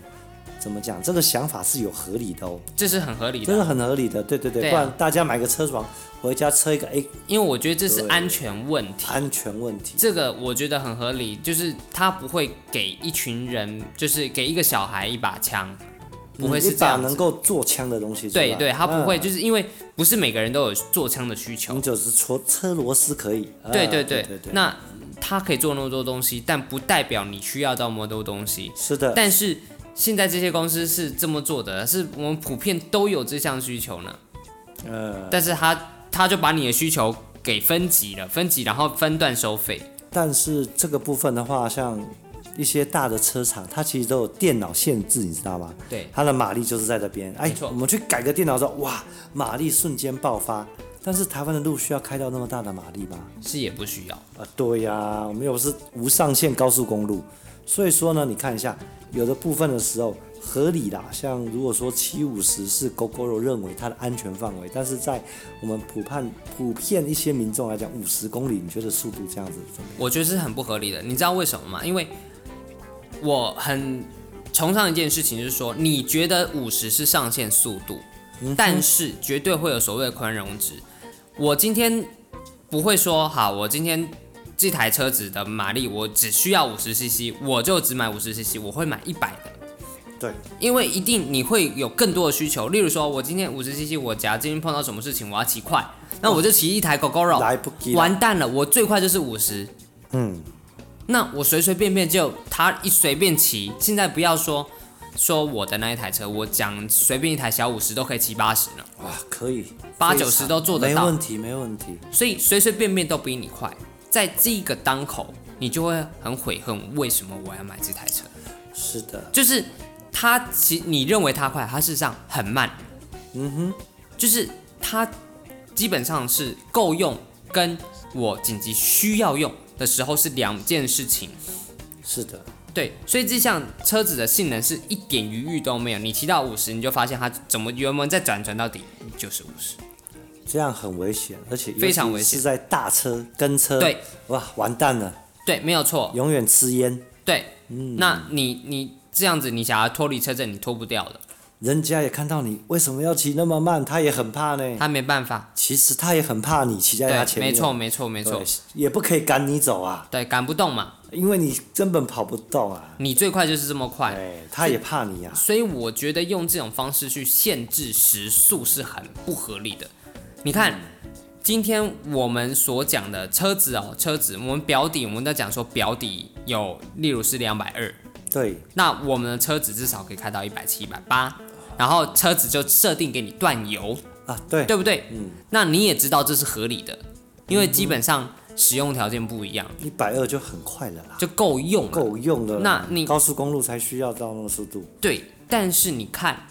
S2: 怎么讲，这个想法是有合理的哦，
S1: 这是很合理
S2: 这是
S1: 的，
S2: 很合理的，对对对，
S1: 对啊
S2: 不然大家买个车床回家车一个，哎，
S1: 因为我觉得这是
S2: 对
S1: 安全问题。
S2: 安全问题，
S1: 这个我觉得很合理，就是他不会给一群人，就是给一个小孩一把枪，不会
S2: 嗯
S1: 是
S2: 一
S1: 这
S2: 把
S1: 样
S2: 能
S1: 子。
S2: 够做枪的东西出来，
S1: 对对，他不会，
S2: 嗯
S1: 就是因为不是每个人都有做枪的需求
S2: 你。只是戳车螺丝可以，啊
S1: 对
S2: 对
S1: 对对
S2: 对，
S1: 那他可以做那么多东西，但不代表你需要到那么多东西。
S2: 是的，
S1: 但是现在这些公司是这么做的，是我们普遍都有这项需求呢。
S2: 呃，
S1: 但是他他就把你的需求给分级了，分级然后分段收费。
S2: 但是这个部分的话，像一些大的车厂，它其实都有电脑限制，你知道吗？
S1: 对，
S2: 它的马力就是在这边。哎
S1: 没，错
S2: 我们去改个电脑之后，哇，马力瞬间爆发。但是台湾的路需要开到那么大的马力吗？
S1: 是也不需要。
S2: 啊，对呀、我们又不是无上限高速公路，所以说呢，你看一下，有的部分的时候合理啦，像如果说七五十是 GoGoRo 认为它的安全范围，但是在我们普判普遍一些民众来讲，五十公里，你觉得速度这样子怎么样？
S1: 我觉得是很不合理的。你知道为什么吗？因为我很崇尚一件事情，就是说，你觉得五十是上限速度，但是绝对会有所谓的宽容值。我今天不会说，好，我今天这台车子的马力我只需要五十 CC，我就只买五十 CC，我会买一百的。
S2: 对，
S1: 因为一定你会有更多的需求，例如说，我今天五十 CC，我假如今天碰到什么事情，我要骑快，那我就骑一台 GoGoRo，
S2: 来不及了
S1: 完蛋了，我最快就是五十。嗯，那我随随便便就他一随便骑，现在不要说说我的那一台车，我讲随便一台小五十都可以骑八十呢，
S2: 哇，可以，
S1: 八
S2: 非常
S1: 90都做得到
S2: 没问题，没问题。
S1: 所以随随便便都比你快。在这个当口，你就会很悔恨，为什么我要买这台车？
S2: 是的，
S1: 就是他其你认为他快，他事实上很慢。嗯哼，就是他基本上是够用，跟我紧急需要用的时候是两件事情。
S2: 是的，
S1: 对，所以这项车子的性能是一点余裕都没有。你骑到五十，你就发现它怎么原本再转转到底就是五十。
S2: 这样很危险，而且尤
S1: 非常
S2: 其
S1: 危险
S2: 是在大车跟车，
S1: 对，
S2: 哇，完蛋了，
S1: 对，没有错。
S2: 永远吃烟，
S1: 对，
S2: 嗯
S1: 那你你这样子，你想要脱离车阵，你脱不掉的，
S2: 人家也看到你为什么要骑那么慢，他也很怕呢。
S1: 他没办法。
S2: 其实他也很怕你骑在
S1: 对
S2: 他，前面，
S1: 没错，没错，没
S2: 没
S1: 错。
S2: 也不可以赶你走啊，
S1: 对，赶不动嘛，
S2: 因为你根本跑不动啊。
S1: 你最快就是这么快。
S2: 哎，他也怕你啊。
S1: 所以我觉得用这种方式去限制时速是很不合理的。你看，今天我们所讲的车子哦，车子，我们表底我们在讲说表底有，例如是两百二，
S2: 对，
S1: 那我们的车子至少可以开到一百七、一百八，然后车子就设定给你断油，
S2: 啊，对，
S1: 对不对？
S2: 嗯，
S1: 那你也知道这是合理的，因为基本上使用条件不一样，
S2: 一百二就很快了啦，
S1: 就够用了。
S2: 够用了啦。
S1: 那你
S2: 高速公路才需要到那个速度，
S1: 对，但是你看，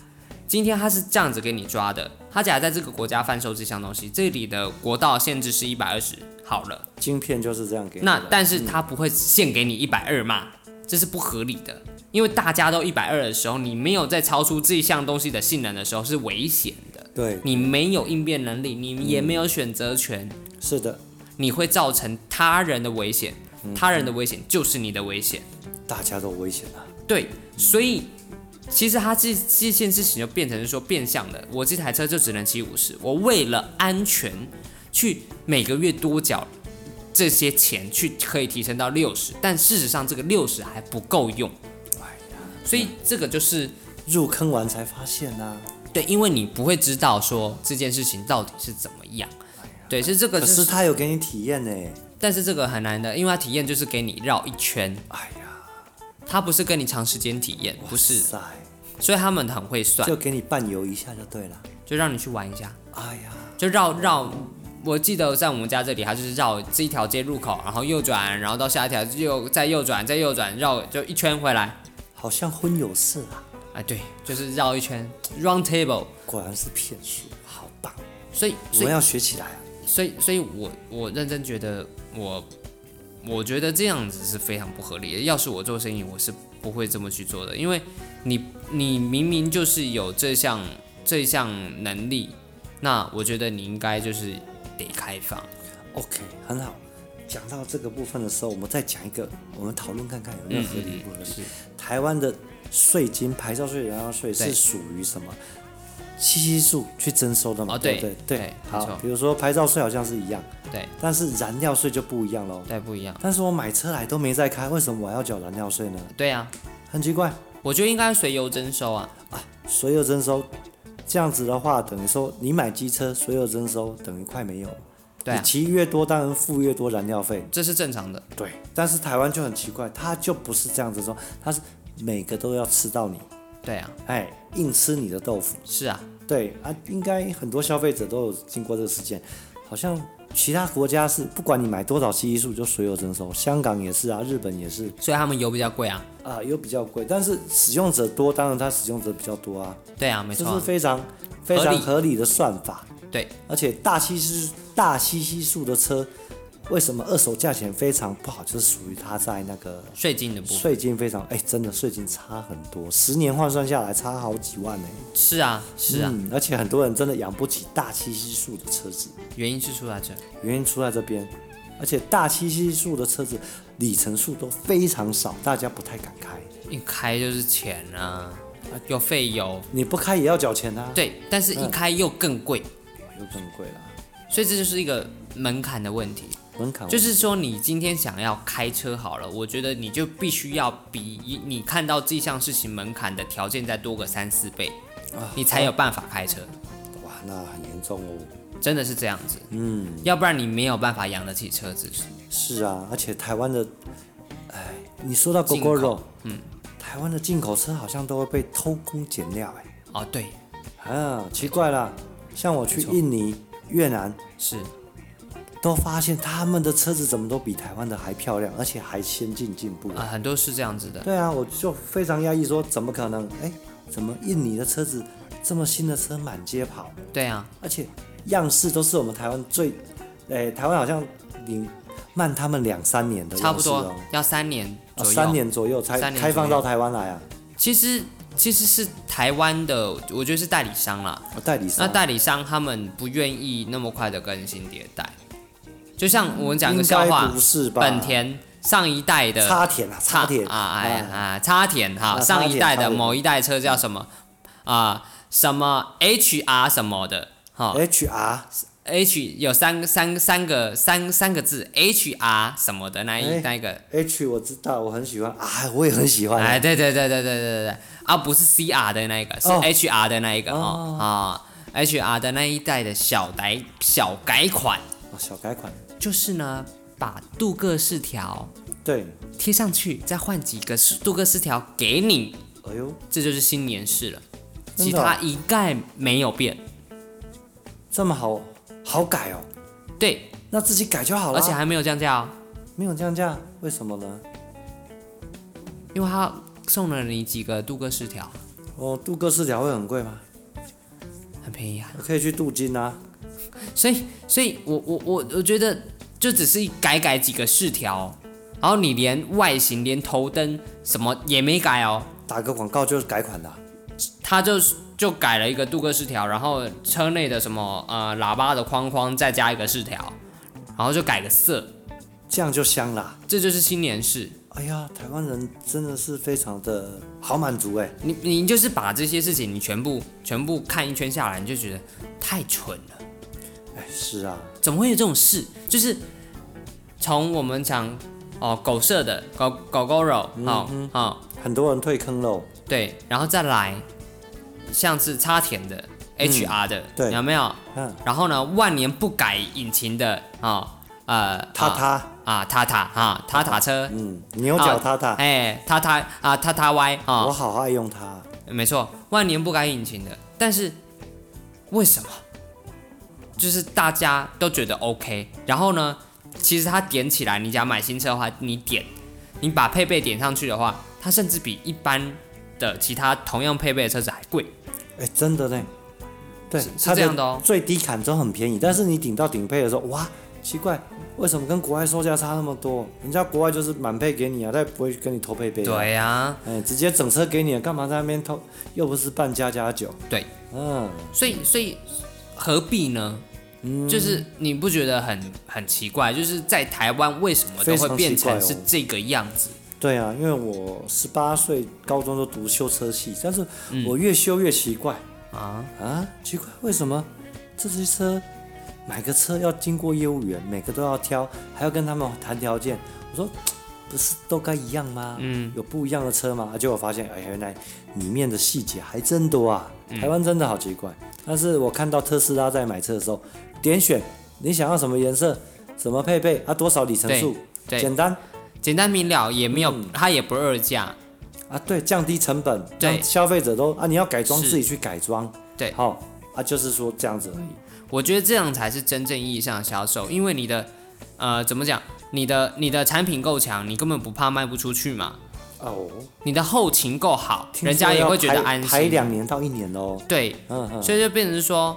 S1: 今天他是这样子给你抓的，他假如在这个国家贩售这项东西，这里的国道限制是一百二十，好了，
S2: 晶片就是这样给你的。
S1: 那但是他不会限给你一百二嘛，这是不合理的。因为大家都一百二的时候，你没有在超出这项东西的性能的时候是危险的，
S2: 对，
S1: 你没有应变能力，你也没有选择权，
S2: 是的，
S1: 你会造成他人的危险，他人的危险就是你的危险。
S2: 大家都危险了。
S1: 对，所以其实它这这件事情就变成是说变相的，我这台车就只能骑五十，我为了安全去每个月多缴这些钱，去可以提升到六十，但事实上这个六十还不够用，
S2: 哎呀，
S1: 所以这个就是
S2: 入坑完才发现呐、
S1: 对，因为你不会知道说这件事情到底是怎么样。对，是这个
S2: 可是
S1: 是，
S2: 他有给你体验呢。
S1: 但是这个很难的，因为它体验就是给你绕一圈，
S2: 哎呀，
S1: 它不是跟你长时间体验，不是，
S2: 塞，
S1: 所以他们很会算，
S2: 就给你伴游一下就对了。
S1: 就让你去玩一下。
S2: 哎呀，
S1: 就绕绕。我记得在我们家这里，它就是绕这一条街入口，然后右转，然后到下一条右再右转，再右转，绕就一圈回来。
S2: 好像婚有事啊，
S1: 哎，对，就是绕一圈 round table。
S2: 果然是骗术，好棒！
S1: 所以，
S2: 我
S1: 所
S2: 们
S1: 以，
S2: 要学起来啊。
S1: 所以，所以我我认真觉得我，我觉得这样子是非常不合理的。要是我做生意，我是不会这么去做的，因为你你明明就是有这项这项能力，那我觉得你应该就是得开放。
S2: OK，很好。讲到这个部分的时候，我们再讲一个，我们讨论看看有没有合理不合理。
S1: 嗯
S2: 台湾的税金、牌照税、燃料税
S1: 对
S2: 是属于什么？七七数去征收的嘛，
S1: 哦
S2: 对不
S1: 对对
S2: 对
S1: 没错
S2: 好，比如说牌照税好像是一样，
S1: 对
S2: 但是燃料税就不一样喽。
S1: 对，不一样。
S2: 但是我买车来都没在开，为什么我要缴燃料税呢？
S1: 对啊呀、
S2: 很奇怪，
S1: 我觉得应该随油征收啊，
S2: 所有征收，这样子的话，等于说你买机车，所有征收等于快没有。
S1: 对啊
S2: 你，骑越多，当然付越多燃料费。
S1: 这是正常的。
S2: 对，但是台湾就很奇怪，它就不是这样子说，它是每个都要吃到你，
S1: 对啊，
S2: 哎，硬吃你的豆腐。
S1: 是啊，
S2: 对啊，应该很多消费者都有经过这个事件，好像其他国家是不管你买多少七一数就所有征收，香港也是啊，日本也是
S1: 所以他们油比较贵啊。
S2: 啊、有比较贵，但是使用者多，当然它使用者比较多啊，
S1: 对啊，没
S2: 这
S1: 错
S2: 是
S1: 啊、
S2: 非常非
S1: 合
S2: 常
S1: 理
S2: 合理的算法。
S1: 对，
S2: 而且大七数大七七数的车，为什么二手价钱非常不好，就是属于它在那个
S1: 税金的部分
S2: 税金非常哎、真的税金差很多，十年换算下来差好几万呢、
S1: 是啊，是啊，
S2: 嗯，而且很多人真的养不起大七七数的车子，
S1: 原因是出在这。
S2: 原因出在这边。而且大七七数的车子里程数都非常少，大家不太敢开。
S1: 一开就是钱啊，有费油。
S2: 你不开也要缴钱啊，
S1: 对，但是一开又更贵，
S2: 又更贵了，
S1: 所以这就是一个门槛的问题。
S2: 门槛
S1: 就是说，你今天想要开车好了，我觉得你就必须要比你看到这项事情门槛的条件再多个三四倍，
S2: 啊
S1: 你才有办法开车。
S2: 哇，那很严重哦。
S1: 真的是这样子，嗯，要不然你没有办法养得起车子。
S2: 是啊，而且台湾的，哎，你说到 g o
S1: 进
S2: g
S1: 口
S2: o r o 嗯，台湾的进口车好像都会被偷工减料哎、
S1: 哦，对，
S2: 啊，奇怪啦，像我去印尼、越南，
S1: 是
S2: 都发现他们的车子怎么都比台湾的还漂亮，而且还先进进步。
S1: 啊，很多是这样子的，
S2: 对啊，我就非常压抑，说怎么可能？哎，怎么印尼的车子这么新的车满街跑，
S1: 对啊，
S2: 而且样式都是我们台湾最，哎，台湾好像领慢他们两三年的
S1: 差
S2: 样
S1: 不
S2: 式
S1: 多
S2: 哦。
S1: 要三年
S2: 哦
S1: 左右。
S2: 三，年左右才
S1: 三年左右
S2: 开放到台湾来啊！
S1: 其实其实是台湾的，我觉得是代理商啦。
S2: 哦代理商
S1: 那代理商他们不愿意那么快的更新迭代，就像我们讲个
S2: 应
S1: 笑
S2: 该
S1: 话
S2: 不，是吧？
S1: 本田上一代的
S2: 插田啊，插田
S1: 啊哎啊插田哈，
S2: 啊
S1: 上一代
S2: 插
S1: 的
S2: 田
S1: 某一代车叫什么啊什么 HR 什么的哈，
S2: 哎，HR
S1: H 有三三三个三三个字 H R 什么的那一、
S2: 哎
S1: 那一个，
S2: H 我知道，我很喜欢啊，我也很喜欢、
S1: 哎，对对对对对对对，啊不是 C R 的那一个，是
S2: 哦
S1: 哦 H R 的那一个哦啊、H R 的那一代的小改小改款
S2: 哦，小改款，
S1: 就是呢，把镀铬饰条
S2: 对，
S1: 贴上去，再换几个镀铬饰条给你，
S2: 哎呦，
S1: 这就是新年式了，
S2: 真
S1: 其
S2: 的哦
S1: 他一概没有变。
S2: 这么好好改哦，
S1: 对，
S2: 那自己改就好了。
S1: 而且还没有降价哦，
S2: 没有降价，为什么呢？
S1: 因为他送了你几个镀铬饰条，
S2: 哦，镀铬饰条会很贵吗？
S1: 很便宜啊。
S2: 我可以去镀金啊。
S1: 所以，所以我我我我觉得就只是改改几个饰条，然后你连外形、连头灯什么也没改哦，
S2: 打个广告就是改款的啊、
S1: 他就就改了一个镀铬饰条，然后车内的什么呃喇叭的框框再加一个饰条，然后就改个色，
S2: 这样就香啦。
S1: 这就是新年式。
S2: 哎呀，台湾人真的是非常的好满足哎，
S1: 你你就是把这些事情你全部全部看一圈下来，你就觉得太蠢了。
S2: 哎是啊，
S1: 怎么会有这种事？就是从我们讲哦狗舍的狗狗狗肉哦哦
S2: 很多人退坑喽。
S1: 对，然后再来像是插田的 HR 的，
S2: 对
S1: 有没有？
S2: 嗯，
S1: 然后呢，万年不改引擎的啊、哦呃
S2: 踏
S1: 啊
S2: 踏，
S1: 啊塔塔啊塔塔车，
S2: 嗯，牛角踏踏，
S1: 哎塔塔啊塔塔 Y 啊、
S2: 我好爱用它啊。
S1: 没错，万年不改引擎的，但是为什么？就是大家都觉得 OK，然后呢，其实它点起来，你想买新车的话，你点，你把配备点上去的话，它甚至比一般的其他同样配备的车子还贵。
S2: 哎，真的呢。对
S1: 是是，
S2: 它
S1: 这样的哦嗯
S2: 最低砍都很便宜，但是你顶到顶配的时候，哇，奇怪，为什么跟国外售价差那么多？人家国外就是满配给你啊，他也不会跟你偷配备、啊。，
S1: 对呀、
S2: 哎，直接整车给你，干嘛在那边偷？又不是半加加酒。
S1: 对，
S2: 嗯，
S1: 所以所以何必呢？就是你不觉得很很奇怪？就是在台湾为什么都
S2: 非
S1: 会
S2: 常
S1: 变
S2: 奇怪
S1: 成
S2: 哦
S1: 是这个样子？
S2: 对啊，因为我十八岁高中就读修车系，但是我越修越奇怪、啊，奇怪为什么这些车买个车要经过业务员，每个都要挑，还要跟他们谈条件。我说嘖不是都该一样吗？嗯，有不一样的车吗？啊结果发现哎，原来里面的细节还真多啊，台湾真的好奇怪。但是我看到特斯拉在买车的时候，点选你想要什么颜色、什么配备啊，多少里程数，
S1: 对对
S2: 简嗯单。
S1: 简单明了，也没有，它也不二价，
S2: 啊，对，降低成本，
S1: 对
S2: 让消费者都啊，你要改装
S1: 是
S2: 自己去改装，
S1: 对
S2: 好、啊，就是说这样子而已，
S1: 我觉得这样才是真正意义上的销售，因为你的，呃，怎么讲，你的你的产品够强，你根本不怕卖不出去嘛。
S2: 哦，
S1: 你的后勤够好，
S2: 听
S1: 人家
S2: 说
S1: 也
S2: 要
S1: 会觉得
S2: 排
S1: 安
S2: 排
S1: 心。
S2: 两年到一年哦，
S1: 对，
S2: 嗯嗯，
S1: 所以就变成是说，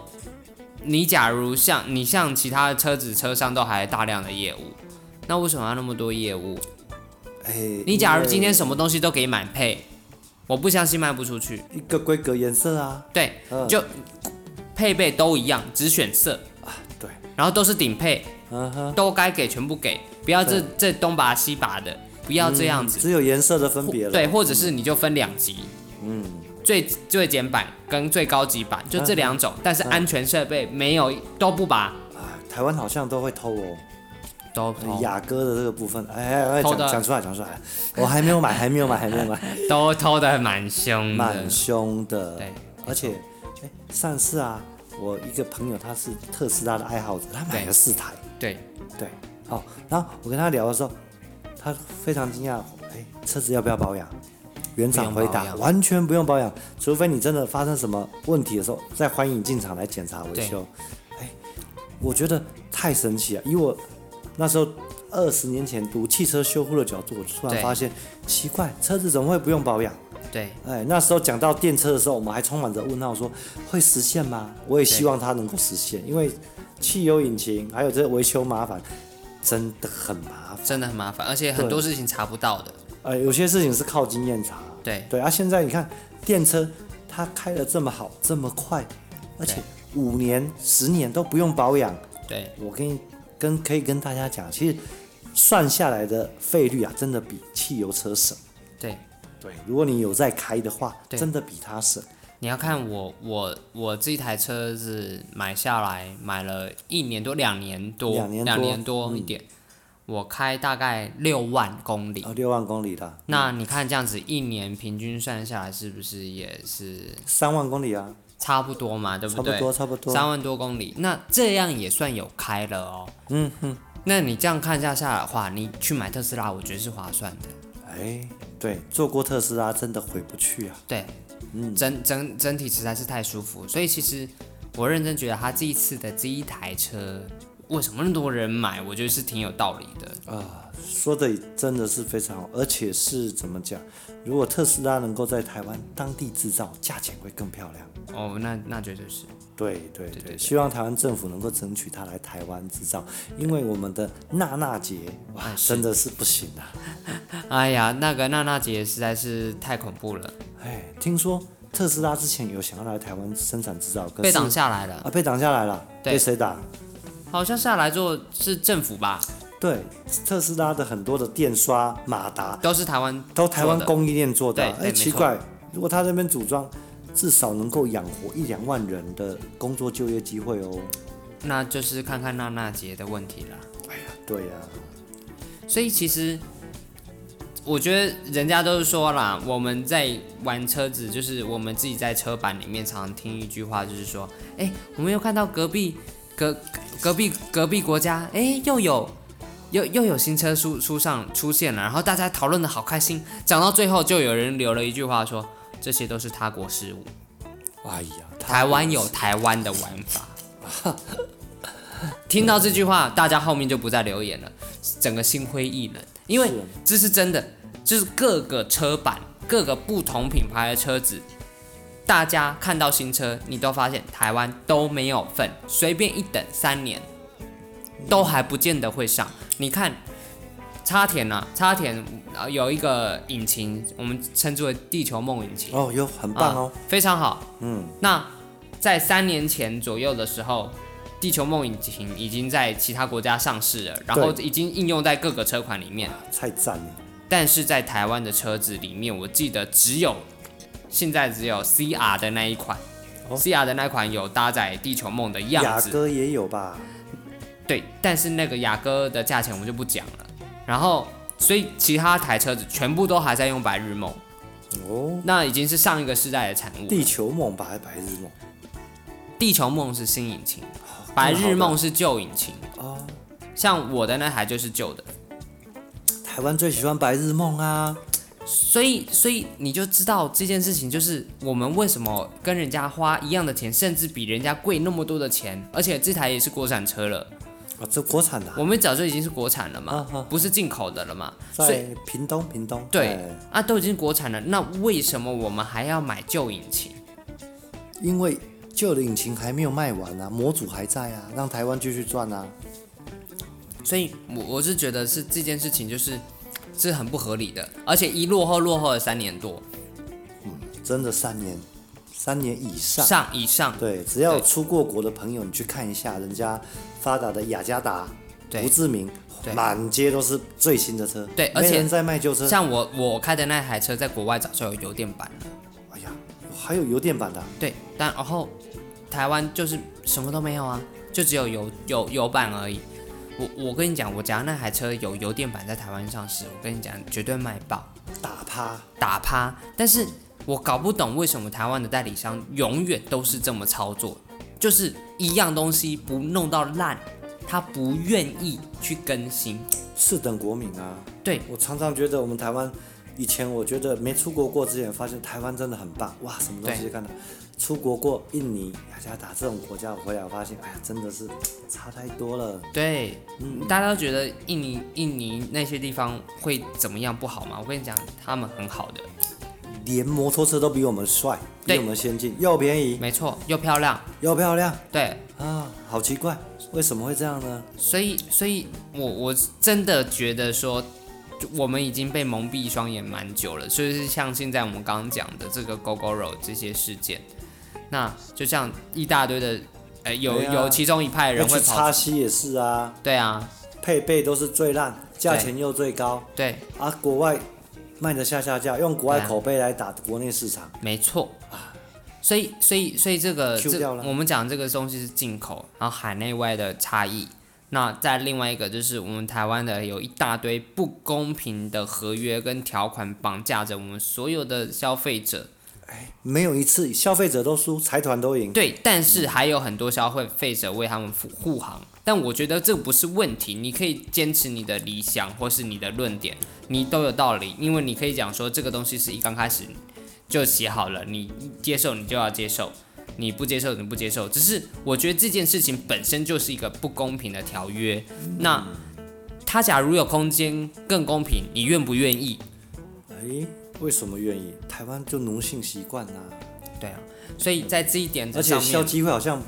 S1: 你假如像你像其他的车子车商都还有大量的业务，那为什么要那么多业务？
S2: 哎，
S1: 你假如
S2: 因为
S1: 今天什么东西都给满配，我不相信卖不出去。
S2: 哎一个规格颜色啊，
S1: 对，
S2: 嗯
S1: 就配备都一样，只选色，
S2: 啊对，
S1: 然后都是顶配，
S2: 嗯哼，
S1: 都该给全部给，不要这这东拔西拔的，不要这样子。
S2: 只有颜色的分别了，
S1: 对，或者是你就分两级，嗯，最最简版跟最高级版就这两种，
S2: 嗯
S1: 但是安全设备没有都不拔，
S2: 啊，台湾好像都会偷哦，哎
S1: 都偷
S2: 雅歌的这个部分，哎哎哎，
S1: 哦偷
S2: 讲
S1: 的
S2: 讲出来讲出来，我还没有买，还没有买，还没有
S1: [LAUGHS]
S2: 买。
S1: 都偷的蛮凶的
S2: 蛮，凶的。
S1: 对，
S2: 而且，哎，上次啊，我一个朋友他是特斯拉的爱好者，他买了四台，
S1: 对，
S2: 对，好、然后我跟他聊的时候，他非常惊讶，哎，车子要不要保养？原厂回
S1: 不用保
S2: 答
S1: 养
S2: 完全不用保养，除非你真的发生什么问题的时候，再欢迎进厂来检查维修。哎，我觉得太神奇了，以我那时候二十年前读汽车修护的角度，我突然
S1: 对
S2: 发现奇怪，车子怎么会不用保养？
S1: 对，
S2: 哎，那时候讲到电车的时候，我们还充满着问号说，会实现吗？我也希望它能够实现，因为汽油引擎还有这些维修麻烦，真的很麻烦。
S1: 真的很麻烦，而且很多事情查不到的，
S2: 呃，有些事情是靠经验查。
S1: 对，
S2: 对啊，现在你看电车它开的这么好，这么快，而且五年、十年都不用保养，
S1: 对，
S2: 我跟你跟可以跟大家讲，其实算下来的费率啊，真的比汽油车省。
S1: 对。
S2: 对，如果你有在开的话，
S1: 对
S2: 真的比它省。
S1: 你要看我我我这台车子买下来买了一年多两年多
S2: 两年多嗯
S1: 多一点，我开大概六万公里。
S2: 哦，六万公里啦，
S1: 那你看这样子一年平均算下来是不是也是
S2: 三万公里啊，
S1: 差不多嘛，对
S2: 差不
S1: 嗯对？
S2: 多差不多。
S1: 三万多公里，那这样也算有开了哦。嗯哼，那你这样看下下来的话，你去买特斯拉，我觉得是划算的。
S2: 哎，对，坐过特斯拉真的回不去啊。
S1: 对，整整整体实在是太舒服，所以其实我认真觉得他这一次的这一台车，为什么那么多人买，我觉得是挺有道理的。
S2: 说的真的是非常好，而且是怎么讲？如果特斯拉能够在台湾当地制造，价钱会更漂亮。
S1: 哦，那那绝对是，
S2: 对对
S1: 对对
S2: 对，希望台湾政府能够争取它来台湾制造，因为我们的娜娜姐哇
S1: 哎，是
S2: 真的是不行啊！
S1: 哎呀，那个娜娜姐实在是太恐怖了，
S2: 哎，听说特斯拉之前有想要来台湾生产制造，可
S1: 被
S2: 是
S1: 挡下来了，
S2: 啊，被挡下来了，
S1: 对
S2: 被谁打？
S1: 好像下来之后是政府吧，
S2: 对，特斯拉的很多的电刷、马达
S1: 都是台湾
S2: 都台湾
S1: 做的
S2: 供应链做的啊。
S1: 对对
S2: 哎，
S1: 没
S2: 奇
S1: 错
S2: 怪，如果他那边组装，至少能够养活一两万人的工作就业机会哦。
S1: 那就是看看娜娜姐的问题啦。
S2: 对呀、啊
S1: 所以其实我觉得人家都是说啦，我们在玩车子，就是我们自己在车板里面常听一句话，就是说，哎、我们又看到隔壁隔隔壁隔壁国家，哎、又有。又又有新车出出上出现了，然后大家讨论的好开心，讲到最后就有人留了一句话说，这些都是他国事务，
S2: 哎呀，
S1: 台湾有台湾的玩法。 [LAUGHS] 听到这句话，大家后面就不再留言了，整个心灰意冷，因为
S2: 是啊
S1: 这是真的，就是各个车版、各个不同品牌的车子，大家看到新车，你都发现台湾都没有份，随便一等三年，都还不见得会上。你看，插田啊，插田呃有一个引擎，我们称之为“地球梦”引擎，
S2: 哦哟，很棒哦。
S1: 啊非常好。
S2: 嗯，
S1: 那在三年前左右的时候，地球梦引擎已经在其他国家上市了，然后已经应用在各个车款里面。
S2: 太赞了。
S1: 但是在台湾的车子里面，我记得只有现在只有 CR 的那一款、
S2: 哦
S1: c r 的那款有搭载地球梦的样
S2: 雅
S1: 子，
S2: 哥也有吧？
S1: 对，但是那个雅阁的价钱我们就不讲了。然后，所以其他台车子全部都还在用白日梦，
S2: 哦，
S1: 那已经是上一个世代的产物了。
S2: 地球梦吧，还白日梦。
S1: 地球梦是新引擎，哦白日梦是旧引擎。
S2: 哦，
S1: 像我的那台就是旧的，
S2: 台湾最喜欢白日梦啊。
S1: 所以所以你就知道这件事情，就是我们为什么跟人家花一样的钱，甚至比人家贵那么多的钱，而且这台也是国产车了，
S2: 啊，这国产的啊、
S1: 我们早就已经是国产了
S2: 啊
S1: 嘛，
S2: 哈
S1: 不是进口的了嘛，所以
S2: 在屏东，屏东。
S1: 对
S2: 哎
S1: 啊都已经国产了，那为什么我们还要买旧引擎？
S2: 因为旧的引擎还没有卖完啊，模组还在啊，让台湾继续赚啊。
S1: 所以我我是觉得是这件事情就是是很不合理的，而且一落后落后了三年多
S2: 真的三年，三年以上。
S1: 上以上，
S2: 对，只要有
S1: 对
S2: 出过国的朋友，你去看一下人家发达的雅加达、
S1: 对
S2: 胡志明
S1: 对，
S2: 满街都是最新的车，
S1: 对而
S2: 没
S1: 且
S2: 人在卖旧车。
S1: 像我我开的那台车在国外早就有油电版了。
S2: 哎呀，还有油电版的啊，
S1: 对，但然后台湾就是什么都没有啊，就只有油油油版而已。我我跟你讲，我假如那台车有油电版在台湾上市，我跟你讲绝对卖爆
S2: 打趴。
S1: 打趴。但是我搞不懂为什么台湾的代理商永远都是这么操作，就是一样东西不弄到烂，他不愿意去更新。
S2: 四等国民啊。
S1: 对，
S2: 我常常觉得我们台湾，以前我觉得没出国过之前，发现台湾真的很棒，哇，什么东西
S1: 对
S2: 都看到。出国过印尼、雅加达这种国家，我回来我发现，哎呀，真的是差太多了。
S1: 对，嗯大家都觉得印尼印尼那些地方会怎么样不好吗？我跟你讲，他们很好的，
S2: 连摩托车都比我们帅，比
S1: 对
S2: 我们先进，又便宜
S1: 没错，又漂亮，
S2: 又漂亮
S1: 对，
S2: 啊，好奇怪，为什么会这样呢？
S1: 所以，所以我我真的觉得说，就我们已经被蒙蔽双眼蛮久了，就是像现在我们刚刚讲的这个 GoGoRo 这些事件，那就像一大堆的，呃，有、
S2: 对啊
S1: 有其中一派人
S2: 要
S1: 会
S2: 去
S1: 跑
S2: 插
S1: 出，
S2: 西也是啊，
S1: 对啊，
S2: 配备都是最烂，价钱又最高
S1: 对，
S2: 啊，国外卖的下下架，用国外
S1: 对啊
S2: 口碑来打国内市场，
S1: 没错。所以，所以，所以这个
S2: Q
S1: 这
S2: 掉了
S1: 我们讲这个东西是进口，然后海内外的差异。那再另外一个就是我们台湾的有一大堆不公平的合约跟条款绑架着我们所有的消费者，
S2: 没有一次消费者都输，财团都赢。
S1: 对，但是还有很多消费费者为他们护护航，但我觉得这不是问题，你可以坚持你的理想或是你的论点，你都有道理，因为你可以讲说这个东西是一刚开始就写好了，你接受你就要接受，你不接受你不接受，只是我觉得这件事情本身就是一个不公平的条约，那他假如有空间更公平，你愿不愿意？
S2: 哎，为什么愿意？台湾就奴性习惯啦、
S1: 对啊，所以在这一点子
S2: 而且
S1: 上
S2: 消
S1: 面
S2: 基会好像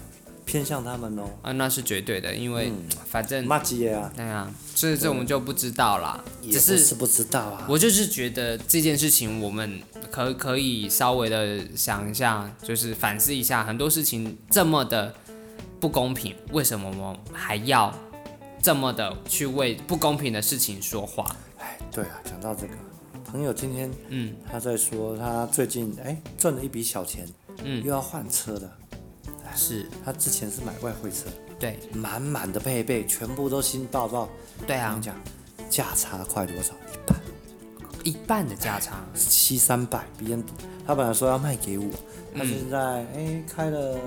S2: 偏向他们哦。
S1: 啊，那是绝对的，因为、
S2: 嗯
S1: 反正
S2: 骂街啊，
S1: 哎呀，这这我们就不知道啦。
S2: 也
S1: 只
S2: 不
S1: 是
S2: 是不知道啊。
S1: 我就是觉得这件事情，我们可可以稍微的想一下，就是反思一下，很多事情这么的不公平，为什么我们还要这么的去为不公平的事情说话？
S2: 哎，对啊，讲到这个，朋友今天嗯他在说他最近哎赚了一笔小钱，嗯又要换车了。
S1: 是
S2: 他之前是买外汇车，
S1: 对
S2: 满满的配备，全部都新抱抱。
S1: 对
S2: 我
S1: 啊
S2: 跟你，讲，价差快多少？一
S1: 一
S2: 百
S1: 半的价差，
S2: 七三百，别人他本来说要卖给我，他现在哎、开了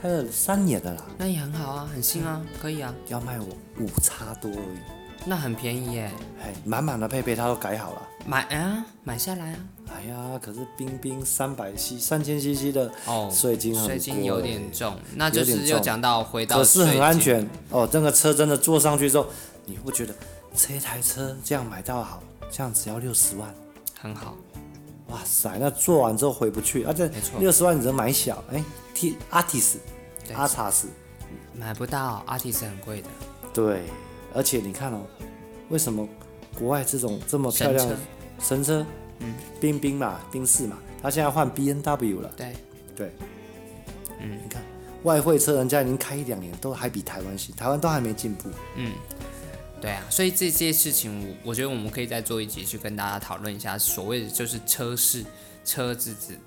S2: 开了三年的啦，
S1: 那也很好啊，很新啊，可以啊，
S2: 要卖我五差多而已。
S1: 那很便宜耶，
S2: 哎，满满的配备他都改好了。
S1: 买啊，买下来啊。
S2: 哎呀，可是冰冰三百 c 三千 cc 的
S1: 哦，
S2: 税金很哎
S1: 税
S2: 贵
S1: 金有点重，那就
S2: 有
S1: 是
S2: 点
S1: 又
S2: 重
S1: 讲到回到
S2: 可是很
S1: 税
S2: 安
S1: 金
S2: 全哦。这个车真的坐上去之后，你会觉得这台车这样买到好，这样只要六十万，
S1: 很好，
S2: 哇塞！那做完之后回不去，而且
S1: 没错
S2: 六十万你只能买小，哎，T Artis
S1: 对
S2: Artis，
S1: 买不到，阿提是很贵的。
S2: 对，而且你看哦，为什么国外这种这么漂
S1: 神
S2: 亮
S1: 车
S2: 的，神车，嗯，冰冰嘛，冰室嘛，他现在换 B N W 了，
S1: 对，
S2: 对，嗯，你看外汇车人家已经开一两年，都还比台湾新，台湾都还没进步，
S1: 对啊，所以这些事情，我我觉得我们可以再做一集去跟大家讨论一下，所谓的就是车市、车子子、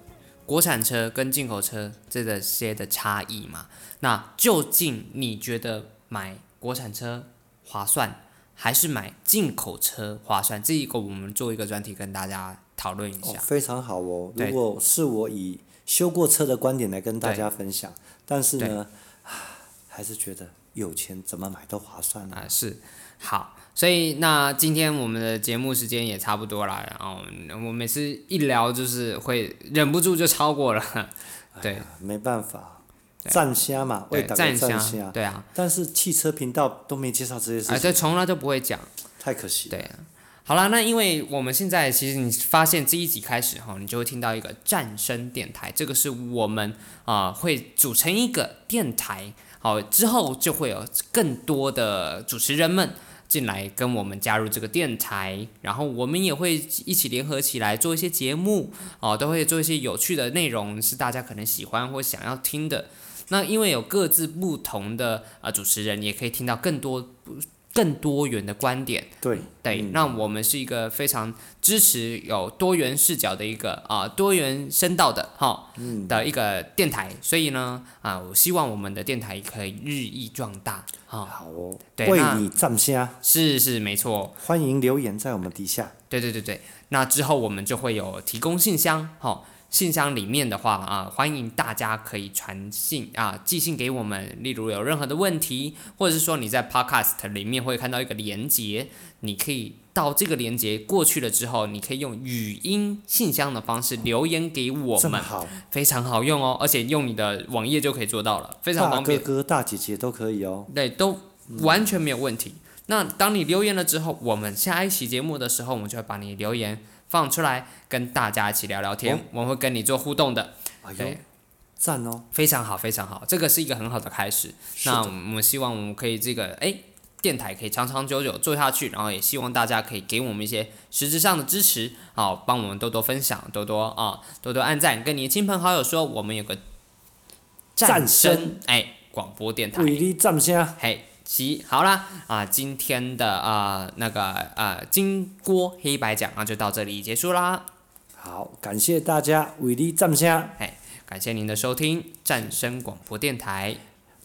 S1: 国产车跟进口车这个些的差异嘛。那究竟你觉得买国产车划算，还是买进口车划算？这一个我们做一个专题跟大家讨论一
S2: 哦
S1: 下。，
S2: 非常好哦。
S1: 对
S2: 如果是我以修过车的观点来跟大家分享，但是呢，唉还是觉得有钱怎么买都划算啊。
S1: 啊，是好，所以那今天我们的节目时间也差不多了，然后我每次一聊就是会忍不住就超过了，对
S2: 没办法，
S1: 对
S2: 站虾嘛，为
S1: 对，
S2: 党
S1: 赞
S2: 站
S1: 一下，
S2: 虾。
S1: 对啊，
S2: 但是汽车频道都没介绍这些
S1: 啊
S2: 事情，
S1: 对，从来都不会讲，
S2: 太可惜了。
S1: 对啊。好啦，那因为我们现在其实你发现这一集开始哈，你就会听到一个战声电台，这个是我们啊、会组成一个电台，好之后就会有更多的主持人们进来跟我们加入这个电台，然后我们也会一起联合起来做一些节目哦、都会做一些有趣的内容，是大家可能喜欢或想要听的。那因为有各自不同的呃主持人，也可以听到更多更多元的观点。
S2: 对，
S1: 对，那我们是一个非常支持有多元视角的一个啊、多元声道的哈、的一个电台，所以呢啊、我希望我们的电台可以日益壮大哈、
S2: 好哦，
S1: 对
S2: 为
S1: 那
S2: 你站虾，
S1: 是是没错，
S2: 欢迎留言在我们底下。
S1: 对对对对，那之后我们就会有提供信箱哈、信箱里面的话啊，欢迎大家可以传信啊，寄信给我们。例如有任何的问题，或者是说你在 Podcast 里面会看到一个连接，你可以到这个连接过去了之后，你可以用语音信箱的方式留言给我
S2: 这么
S1: 们，
S2: 好，
S1: 非常好用哦，而且用你的网页就可以做到了，非常
S2: 大
S1: 方
S2: 哥
S1: 便。
S2: 哥、大姐姐都可以哦。
S1: 对，都完全没有问题。那当你留言了之后，我们下一期节目的时候，我们就会把你留言放出来，跟大家一起聊聊天，
S2: 哦
S1: 我们会跟你做互动的。
S2: 哎呦
S1: 对，，
S2: 赞哦！
S1: 非常好，非常好，这个是一个很好的开始。
S2: 是
S1: 那
S2: 的
S1: 我们希望我们可以这个哎。电台可以长长久久做下去，然后也希望大家可以给我们一些实质上的支持，好、帮我们多多分享，多多啊、多多按赞，跟你的亲朋好友说，我们有个
S2: 战声
S1: 哎广播电台，
S2: 为你站虾，
S1: 嘿，行，好啦，啊、今天的啊、呃那个啊、呃金锅黑白奖啊就到这里结束啦，
S2: 好，感谢大家为你站虾。
S1: 感谢您的收听，战声广播电台，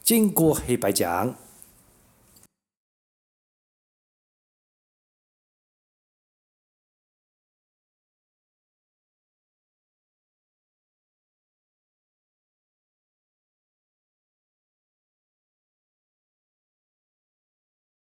S2: 经过黑白讲，